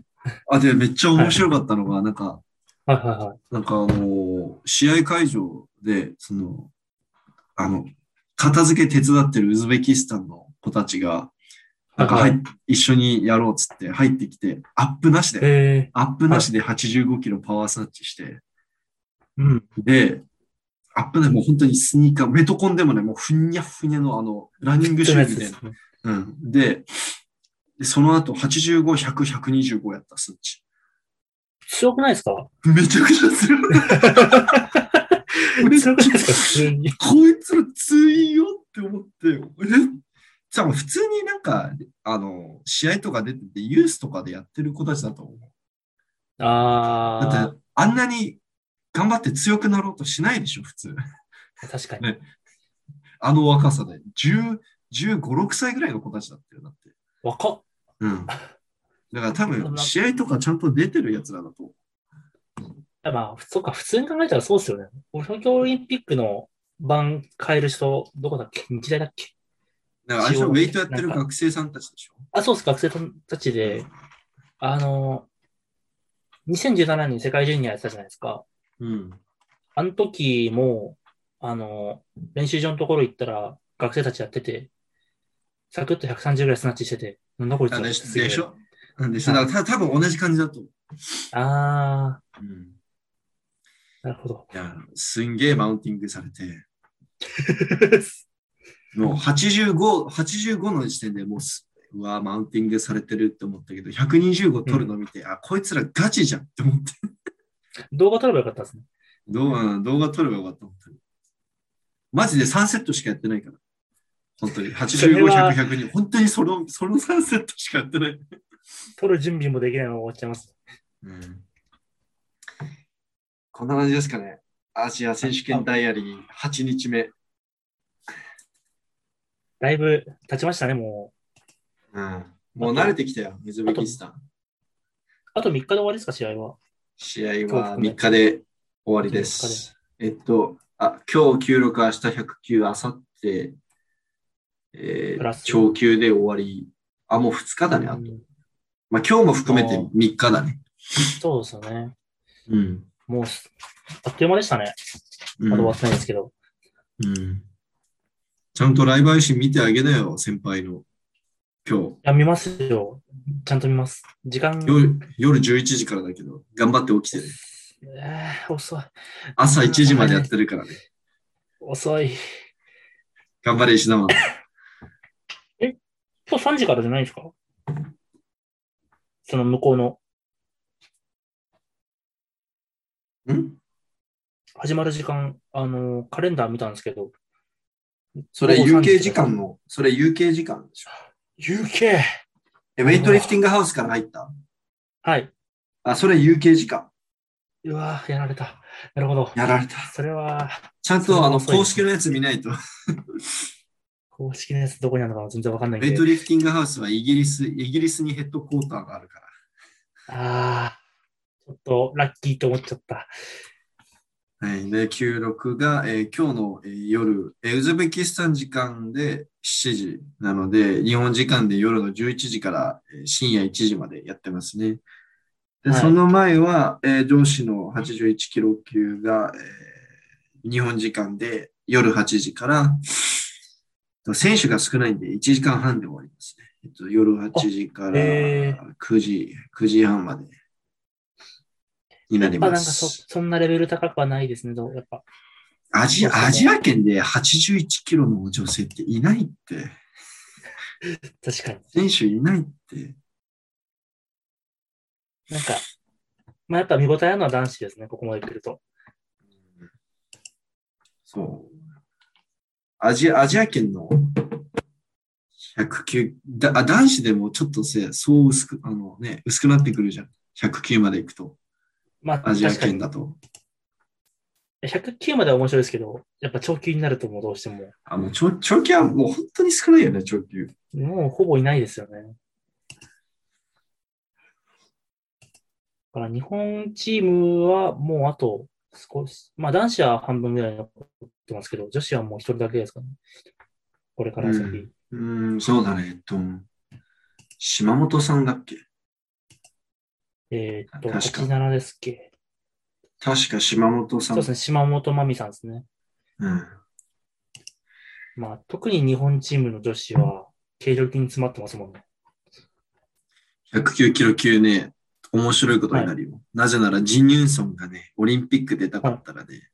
S2: あ、で、めっちゃ面白かったのが、なんか、
S3: はいはい。
S2: なんかあのー試合会場で、その、あの、片付け手伝ってるウズベキスタンの子たちが、なんか、
S3: は
S2: はいい、一緒にやろうっつって入ってきて、アップなしで、
S3: え
S2: アップなしで85キロパワースナッチして、
S3: ー、うん。
S2: で、アップでもう本当にスニーカー、メトコンでもね、もうふにゃふにゃのあの、ランニングシューズで、
S3: ね。
S2: うん。で、でその後85、100、125やったスナッチ。
S3: 強くないです か
S2: めちゃくちゃ強い。めちゃくちゃ
S3: 強くないですか普通に。
S2: こいつら強いよって思って、えじゃあ普通になんか、あの、試合とか出てて、ユースとかでやってる子たちだと思う。だっ
S3: あ
S2: て、あんなに頑張って強くなろうとしないでしょ、普通。
S3: あ、確かに。
S2: ねあの若さで。10、15、6歳ぐらいの子たちだったよ、だって。
S3: 若っ。
S2: うん。だから多分、試合とかちゃんと出てるやつらだと思う。
S3: いやまあ、そうか、普通に考えたらそうですよね。俺、東京オリンピックの晩変える人、どこだっけ日大だっけ
S2: だから、あれでしょウェイトやってる学生さんたちでしょ。
S3: あ、そうです。学生たちで、あの、2017年に世界ジュニアやってたじゃないですか。
S2: うん。
S3: あの時も、あの、練習場のところ行ったら、学生たちやってて、サクッと130ぐらいスナッチしてて、なんだこいつ
S2: あ
S3: ら
S2: でしでしょでし
S3: う
S2: ょ
S3: ん
S2: だからた多分同じ感じだと思う。
S3: あ
S2: うん、
S3: ー、なる ほど。
S2: いや、すんげえマウンティングされて、もう85、85の時点でもうす、うわ、マウンティングされてるって思ったけど、125取るの見て、あ、こいつらガチじゃんって思って。
S3: 動画撮ればよかったですね。
S2: 動画、うん動画撮ればよかった、本当に。マジで3セットしかやってないから。本当に。
S3: そ
S2: 85、
S3: れは
S2: 100、102。本当にその、その3セットしかやってない。
S3: 撮る準備もできないのが終わっちゃいます。
S2: うんこんな感じですかね。アジア選手権ダイアリー8日目。
S3: だいぶ経ちましたね、も
S2: うん、もう慣れてきたよ、ウズベキスタン。
S3: う。あと3日で終わりですか、試合は。
S2: 試合
S3: 今日
S2: は
S3: 含め
S2: 3日で終わりです。えっと、あ今日96、明日109、明後日、え
S3: プ
S2: ー、
S3: ラス
S2: 長級で終わり。あ、もう2日だね。あと
S3: うん
S2: まあ、今日も含めて
S3: あー
S2: 3日だね。
S3: そうですよね。
S2: うん。
S3: もうす、あっという間でしたね。
S2: う
S3: ま
S2: ん
S3: だ終わってないんですけど。
S2: うんちゃんとライブ配信見てあげなよ、先輩の。今
S3: いや、見ますよ。ちゃんと見ます。時間、
S2: 日。夜夜11時からだけど、頑張って起きてね。
S3: えー遅い。
S2: 朝1時までやってるから ね。
S3: 遅い。
S2: 頑張れ、石田マン。
S3: 今日3時からじゃないですかその向こうの、
S2: ん
S3: 始まる時間、あのーカレンダー見たんですけど、
S2: それ
S3: 午後3
S2: UK 時間の、それ UK 時間でしょ。
S3: UK!
S2: え、ウェイトリフティングハウスから入った。
S3: はい。
S2: あ、それ UK 時間。
S3: うわぁ、やられた。なるほど。
S2: やられた。
S3: それは、
S2: ちゃん
S3: それ
S2: と
S3: は
S2: あの
S3: 遅い
S2: 公式のやつ見ないと。ウ
S3: 公式のやつどこにあるのか全然わかんないん
S2: ェイ
S3: で
S2: ト。リフティングハウスはイギリス、イギリスにヘッドコーターがあるから。
S3: あー、ちょっとラッキーと思っちゃった。
S2: はい、で、96が、えー今日の、えー夜、えーウズベキスタン時間で7時なので、日本時間で夜の11時から、えー深夜1時までやってますね。で、
S3: はい
S2: その前は、えー上司の81キロ級が、えー日本時間で夜8時から、と選手が少ないんで1時間半で終わりますね。えっと、夜8時から
S3: へ
S2: 9時、9時半までにな
S3: やっ
S2: り
S3: ぱなん
S2: ま
S3: か
S2: す。
S3: そそんなレベル高くはないですね、どうやっぱ。
S2: アジア、アジア圏で81キロの女性っていないって。
S3: 確かに。
S2: 選手いないって。
S3: なんか、まあやっぱ見応えあるのは男子ですね、ここまで来ると。
S2: そう。アジア、アジア圏の109、だあ男子でもちょっとせ、そう薄く、あのね、薄くなってくるじゃん。109まで行くと。
S3: まあ、
S2: アジア
S3: 確か
S2: 圏
S3: に。
S2: だと。
S3: 109までは面白いですけど、やっぱ長級になるともうどうしても、
S2: あ、もう長、長期はもう本当に少ないよね、長級。
S3: もうほぼいないですよね。だから日本チームはもうあと少し、まあ男子は半分ぐらい残ってますけど、女子はもう一人だけですかね。これから先。
S2: うん、そうだね。えっと、島本さんだっけ
S3: えーっと、
S2: 確か
S3: 87ですっけ。
S2: 確か島本さ
S3: そ
S2: ん。
S3: うですね、島本真美さんですね。
S2: うん。
S3: まあ特に日本チームの女子は軽量級に詰まってますもんね。
S2: 109キロ級ね、面白いことになるよ。なぜなら、ジン・ニュンソンがね、オリンピック出たかったらね、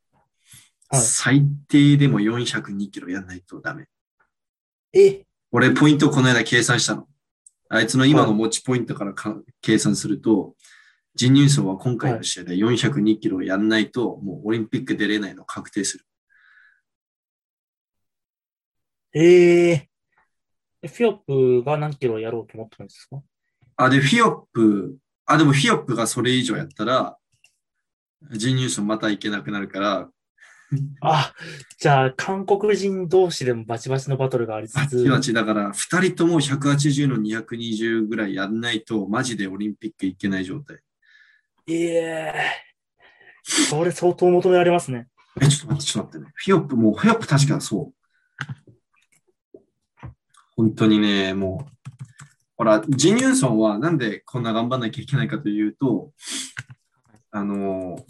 S3: はい
S2: 最低でも402キロやんないとダメ。
S3: え
S2: 俺、ポイントこの間計算したの。あいつの今の持ちポイントからか計算すると、ジン・ニュンソンは今回の試合で402キロやんないと、もうオリンピック出れないの確定する。
S3: ええフィオップが何キロやろうと思ったんですか
S2: あ、で、フィオップ、あ、でもヒヨップがそれ以上やったら、準優勝またいけなくなるから、
S3: あ、じゃあ、韓国人同士でもバチバチのバトルがありつ
S2: バ
S3: つ
S2: チ、バチだから、2人とも180の220ぐらいやんないと、マジでオリンピックいけない状態。
S3: いえー、それ相当求められますね。
S2: え、ちょっと待って、ちょっと待ってね。ヒヨップ、もう、ヒヨップ確かそう。本当にね、もう。ほら、ジン・ユンソンはなんでこんな頑張んなきゃいけないかというと、あの、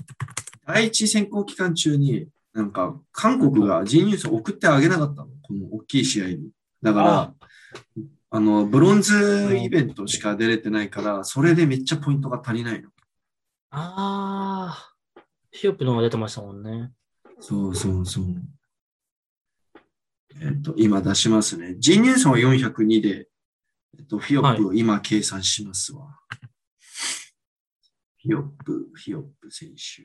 S2: 第一選考期間中に、なんか、韓国がジン・ユンソン送ってあげなかったの。この大きい試合に。だから、
S3: あ
S2: あの、ブロンズイベントしか出れてないから、それでめっちゃポイントが足りないの。
S3: ああ、ヒヨップの方が出てましたもんね。
S2: そうそうそう。えっと、今出しますね。ジンニューソンは402で、えっと、フィヨップを今計算しますわ。フィヨップ、フィヨップ選手。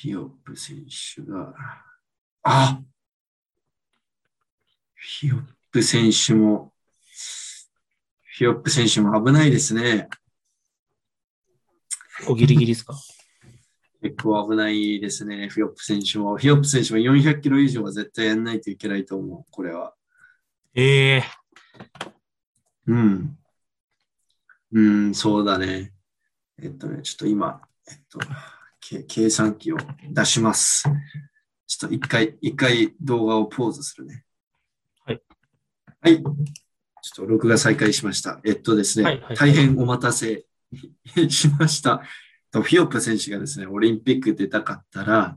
S2: フィヨップ選手が、あフィヨップ選手も、フィヨップ選手も危ないですね。
S3: 結構ギリギリ ですか。
S2: 結構危ないですね、フィヨップ選手も。フィヨップ選手も400キロ以上は絶対やんないといけないと思う、これは。
S3: ええ
S2: うん。うん、そうだね。えっとね、ちょっと今、えっと、け計算機を出します。ちょっと一回、一回動画をポーズするね。
S3: はい。
S2: はい。ちょっと録画再開しました。えっとですね、
S3: はいはい
S2: 大変お待たせ しました。とフィヨップ選手がですね、オリンピック出たかったら、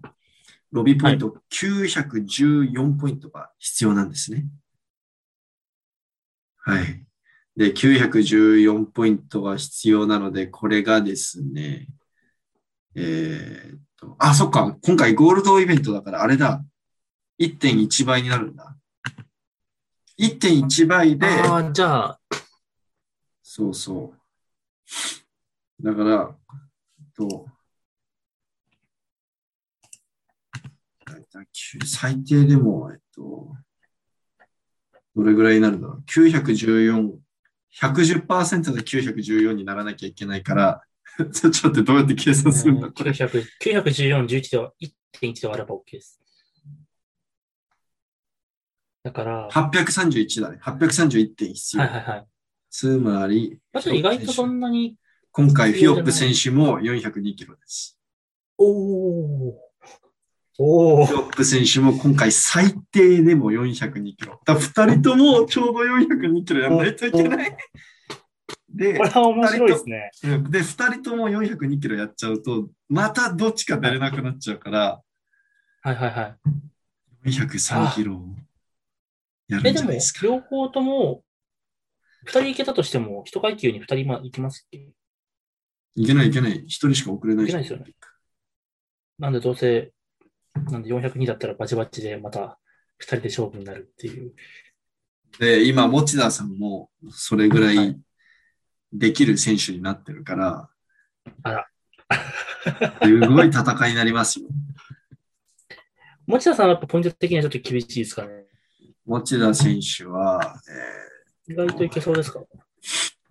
S2: ロビーポイント914ポイントが必要なんですね。はい。で、914ポイントが必要なので、これがですね、えーっと、あ、そっか、今回ゴールドイベントだから、あれだ、1.1倍になるんだ。1.1倍で、
S3: ああ、じゃあ、
S2: そうそう。だから、えっと、だいたい9最低でも、えっと、どれぐらいになるんだろう。914、110%で914にならなきゃいけないから、 ちょっと待ってどうやって計算するんだ、これ。
S3: 900 914、11では1.1で割れば OK です。だから、は
S2: 831だね。831点必
S3: い
S2: 要。
S3: はいはい。
S2: つまり、
S3: あと意外とそんなに、
S2: 今回フィオップ選手も402キロです。
S3: おーお
S2: フ
S3: ー
S2: ィヨップ選手も今回最低でも402キロ。だ2人ともちょうど402キロやらないといけない。で、
S3: これは面白いですね。
S2: で2人とも402キロやっちゃうと、またどっちか出れなくなっちゃうから、
S3: はいはいはい。
S2: 403キロやる
S3: え、
S2: ん
S3: で
S2: じゃ
S3: も
S2: ないです、か。
S3: 両方とも、二人行けたとしても、一階級に二人今行きますっけ
S2: いけないいけない。1人しか送れない
S3: いけないですよねなんでどうせ、なんで402だったらバチバチでまた二人で勝負になるっていう。
S2: で、今、持田さんもそれぐら
S3: はいい
S2: できる選手になってるから、
S3: あら
S2: すごい戦いになりますよ。
S3: 持田さんはやっぱポイント的にはちょっと厳しいですかね。
S2: 持田選手は、えー
S3: 意外といけそうですか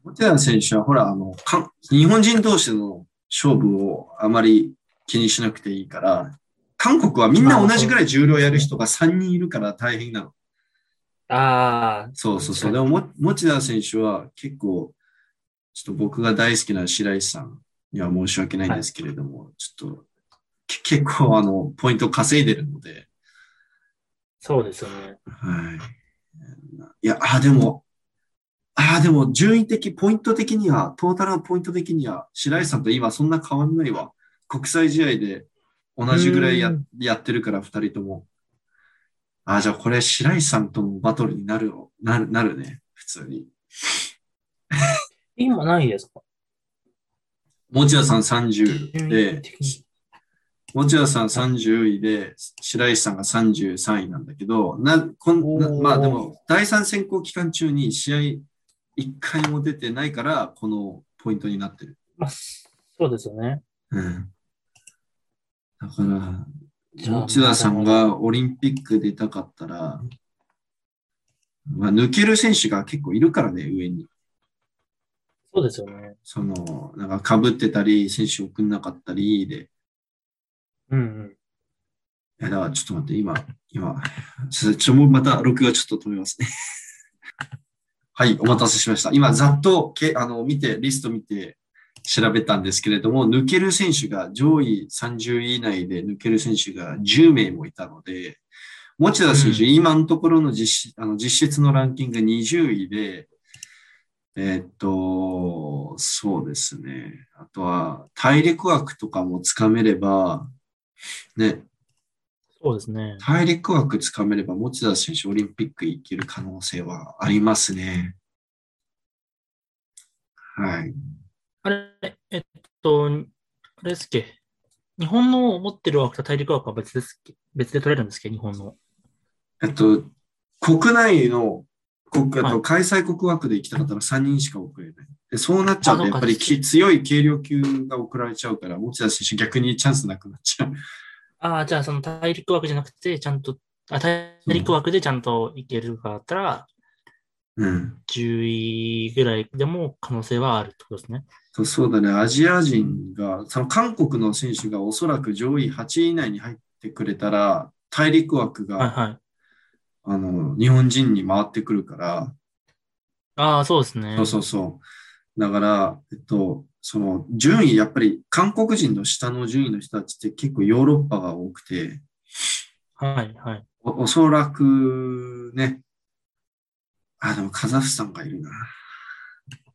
S2: モテア選手は、ほら、あの、か日本人同士の勝負をあまり気にしなくていいから、韓国はみんな同じぐらい重量やる人が3人いるから大変なの。
S3: ああ、
S2: そうそうそう。でもも、モチダ選手は結構、ちょっと僕が大好きな白石さんには申し訳ないんですけれども、ちょっと、け結構、あの、ポイント稼いでるので、
S3: そうですよね。
S2: はい。いや、あ、でも、あ、でも、順位的、ポイント的には、トータルのポイント的には、白石さんと今そんな変わんないわ。国際試合で同じぐらいや
S3: うん
S2: やってるから、二人とも。あ、じゃあこれ、白石さんとのバトルになるよなる、なるね、普通に。
S3: 今ないですか
S2: 持田さん30で、
S3: 的に
S2: 持田さん30位で、白石さんが33位なんだけど、なこんな
S3: おー
S2: まあでも、第3選考期間中に試合1回も出てないから、このポイントになってる。
S3: まあ、そうですよね。
S2: うん。だから、
S3: じゃあ
S2: 持田さんがオリンピック出たかったら、まあ、抜ける選手が結構いるからね、上に。
S3: そうですよね。
S2: その、なんか被ってたり、選手送んなかったりで、
S3: うんうん。
S2: いや、だからちょっと待って、今、今、ちょっとちょもうまた録画ちょっと止めますね。 はい、お待たせしました。今、ざっとけあの見て、リスト見て調べたんですけれども、抜ける選手が上位30位以内で抜ける選手が10名もいたので、持田選手、
S3: う
S2: 今のところの実あの実質のランキング20位で、えーっと、そうですね。あとは、体力枠とかもつかめれば、ね、
S3: そうですね。
S2: 体力枠つかめれば、持田選手、オリンピック行ける可能性はありますね。はい。
S3: あれ、えっと、あれですっけ。日本の持ってる枠と大陸枠は別ですっけ別で取れるんですっけ日本の。
S2: えっと、国内の国、えっ
S3: は
S2: と
S3: い
S2: 開催国枠で行きたかったら3人しか送れない。でそうなっちゃうと、
S3: あ
S2: やっぱり
S3: そうかそう
S2: き強い軽量級が送られちゃうから、持田選手、逆にチャンスなくなっちゃう。
S3: ああ、じゃあその大陸枠じゃなくて、ちゃんと、あ、大陸枠でちゃんといけるかだったら、
S2: うん。
S3: 10位ぐらいでも可能性はあるってことですね。
S2: そうそうだね、アジア人が、その韓国の選手がおそらく上位8位以内に入ってくれたら、大陸枠が、
S3: はいはい。
S2: あの日本人に回ってくるから、
S3: ああ、そうですね。
S2: そうそうそう。だから、えっと、その順位、やっぱり韓国人の下の順位の人たちって結構ヨーロッパが多くて、
S3: はいはい。
S2: おおそらくね、あ、でもカザフスタンがいるな。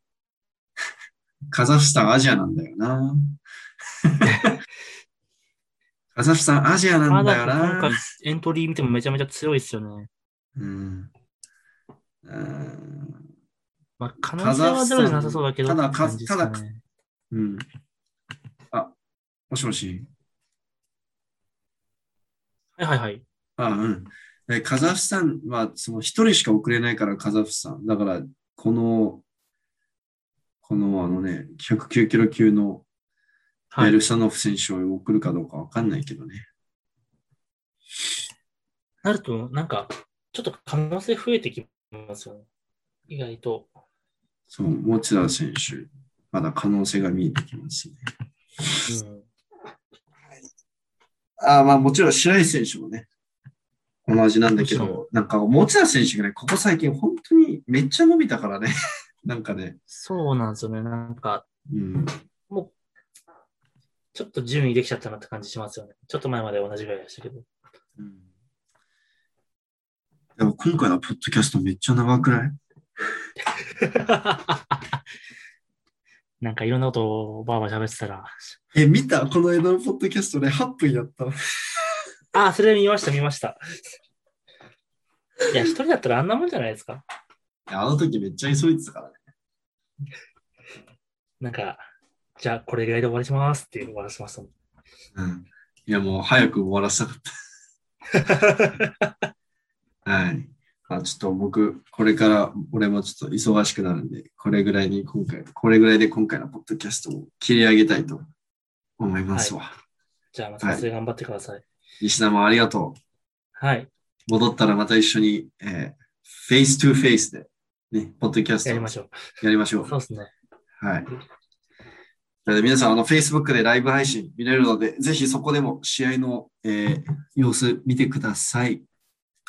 S2: カザフスタンアジアなんだよ な。カザフスタンアジアな
S3: ま
S2: んだよ
S3: だ
S2: な。
S3: 今回エントリー見てもめちゃめちゃ強いですよね。
S2: うん。うん
S3: まあ、可能性はゼロじゃなさそうだけど、
S2: カザフ
S3: って
S2: スタンただ
S3: 感じですかね
S2: うん。あ、もしもし。
S3: はいはいはい。
S2: あ、うん。えカザフスタンは、その一人しか送れないから、カザフスタン。だから、この、この、あのね、109キロ級の
S3: は
S2: エ
S3: い。
S2: ルサノフ選手を送るかどうかわかんないけどね。
S3: なると、なんか、ちょっと可能性増えてきますよね。意外と。
S2: そう、持田選手、まだ可能性が見えてきますね。
S3: うん、
S2: あまあもちろん白石選手もね、同じなんだけ
S3: もちろ
S2: ど、なんか持田選手がね、ここ最近本当にめっちゃ伸びたから ね。なんかね、
S3: そうなんですよね。なんか、
S2: うん、
S3: ちょっと順位できちゃったなって感じしますよね。ちょっと前まで同じぐらいでした けど。
S2: うんでも今回のポッドキャストめっちゃ長くない
S3: なんかいろんなことをバーバー喋ってたら。
S2: え、見たこの江戸のポッドキャストで8分やった。
S3: あ、それ見ました、見ました。いや、一人だったらあんなもんじゃないですか。
S2: あの時めっちゃ急いでたからね。
S3: なんか、じゃあこれぐらいで終わりしますって 終わらせましたもん。
S2: うん。いや、もう早く終わらせたかった。はい。あ、ちょっと僕、これから、俺もちょっと忙しくなるんで、これぐらいに今回、これぐらいで今回のポッドキャストを切り上げたいと思いますわ。
S3: じゃあ、また撮影頑張ってください。
S2: 西田もありがと
S3: はい、
S2: う。戻ったらまた一緒に、えーフェイストゥフェイスで、ね、ポッドキャスト
S3: や
S2: を
S3: りましょ
S2: やりましょ
S3: う。
S2: う。
S3: そうですね。
S2: はい。なので皆さん、あの、Facebook でライブ配信見れるので、ぜひそこでも試合の、えー様子見てください。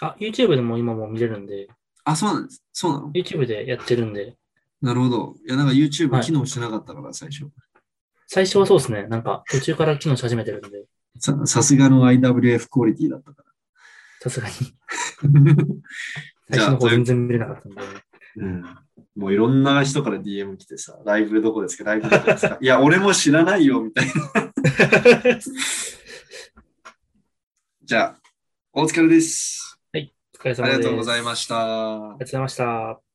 S3: あ、YouTube でも今もう見れるんで、
S2: あ、そうなんです。そうなの
S3: YouTube でやってるんで、
S2: なるほど。いや、なんか YouTube
S3: はい
S2: 機能してなかったから、最初。
S3: 最初はそうですね。なんか途中から機能し始めてるんで、
S2: ささすがの IWF クオリティだったか
S3: さすがに
S2: ら。
S3: 最初の
S2: と
S3: 方
S2: いう
S3: 全然見れなかったんで。
S2: うんもういろんな人から DM 来てさ、ライブどこですかライブどこですか いや、俺も知らないよ、みたいな。 じゃあ、お疲れです。
S3: お疲れ
S2: あ
S3: 様です。
S2: りがとうございま
S3: し
S2: した
S3: ありがとうご。ざいました。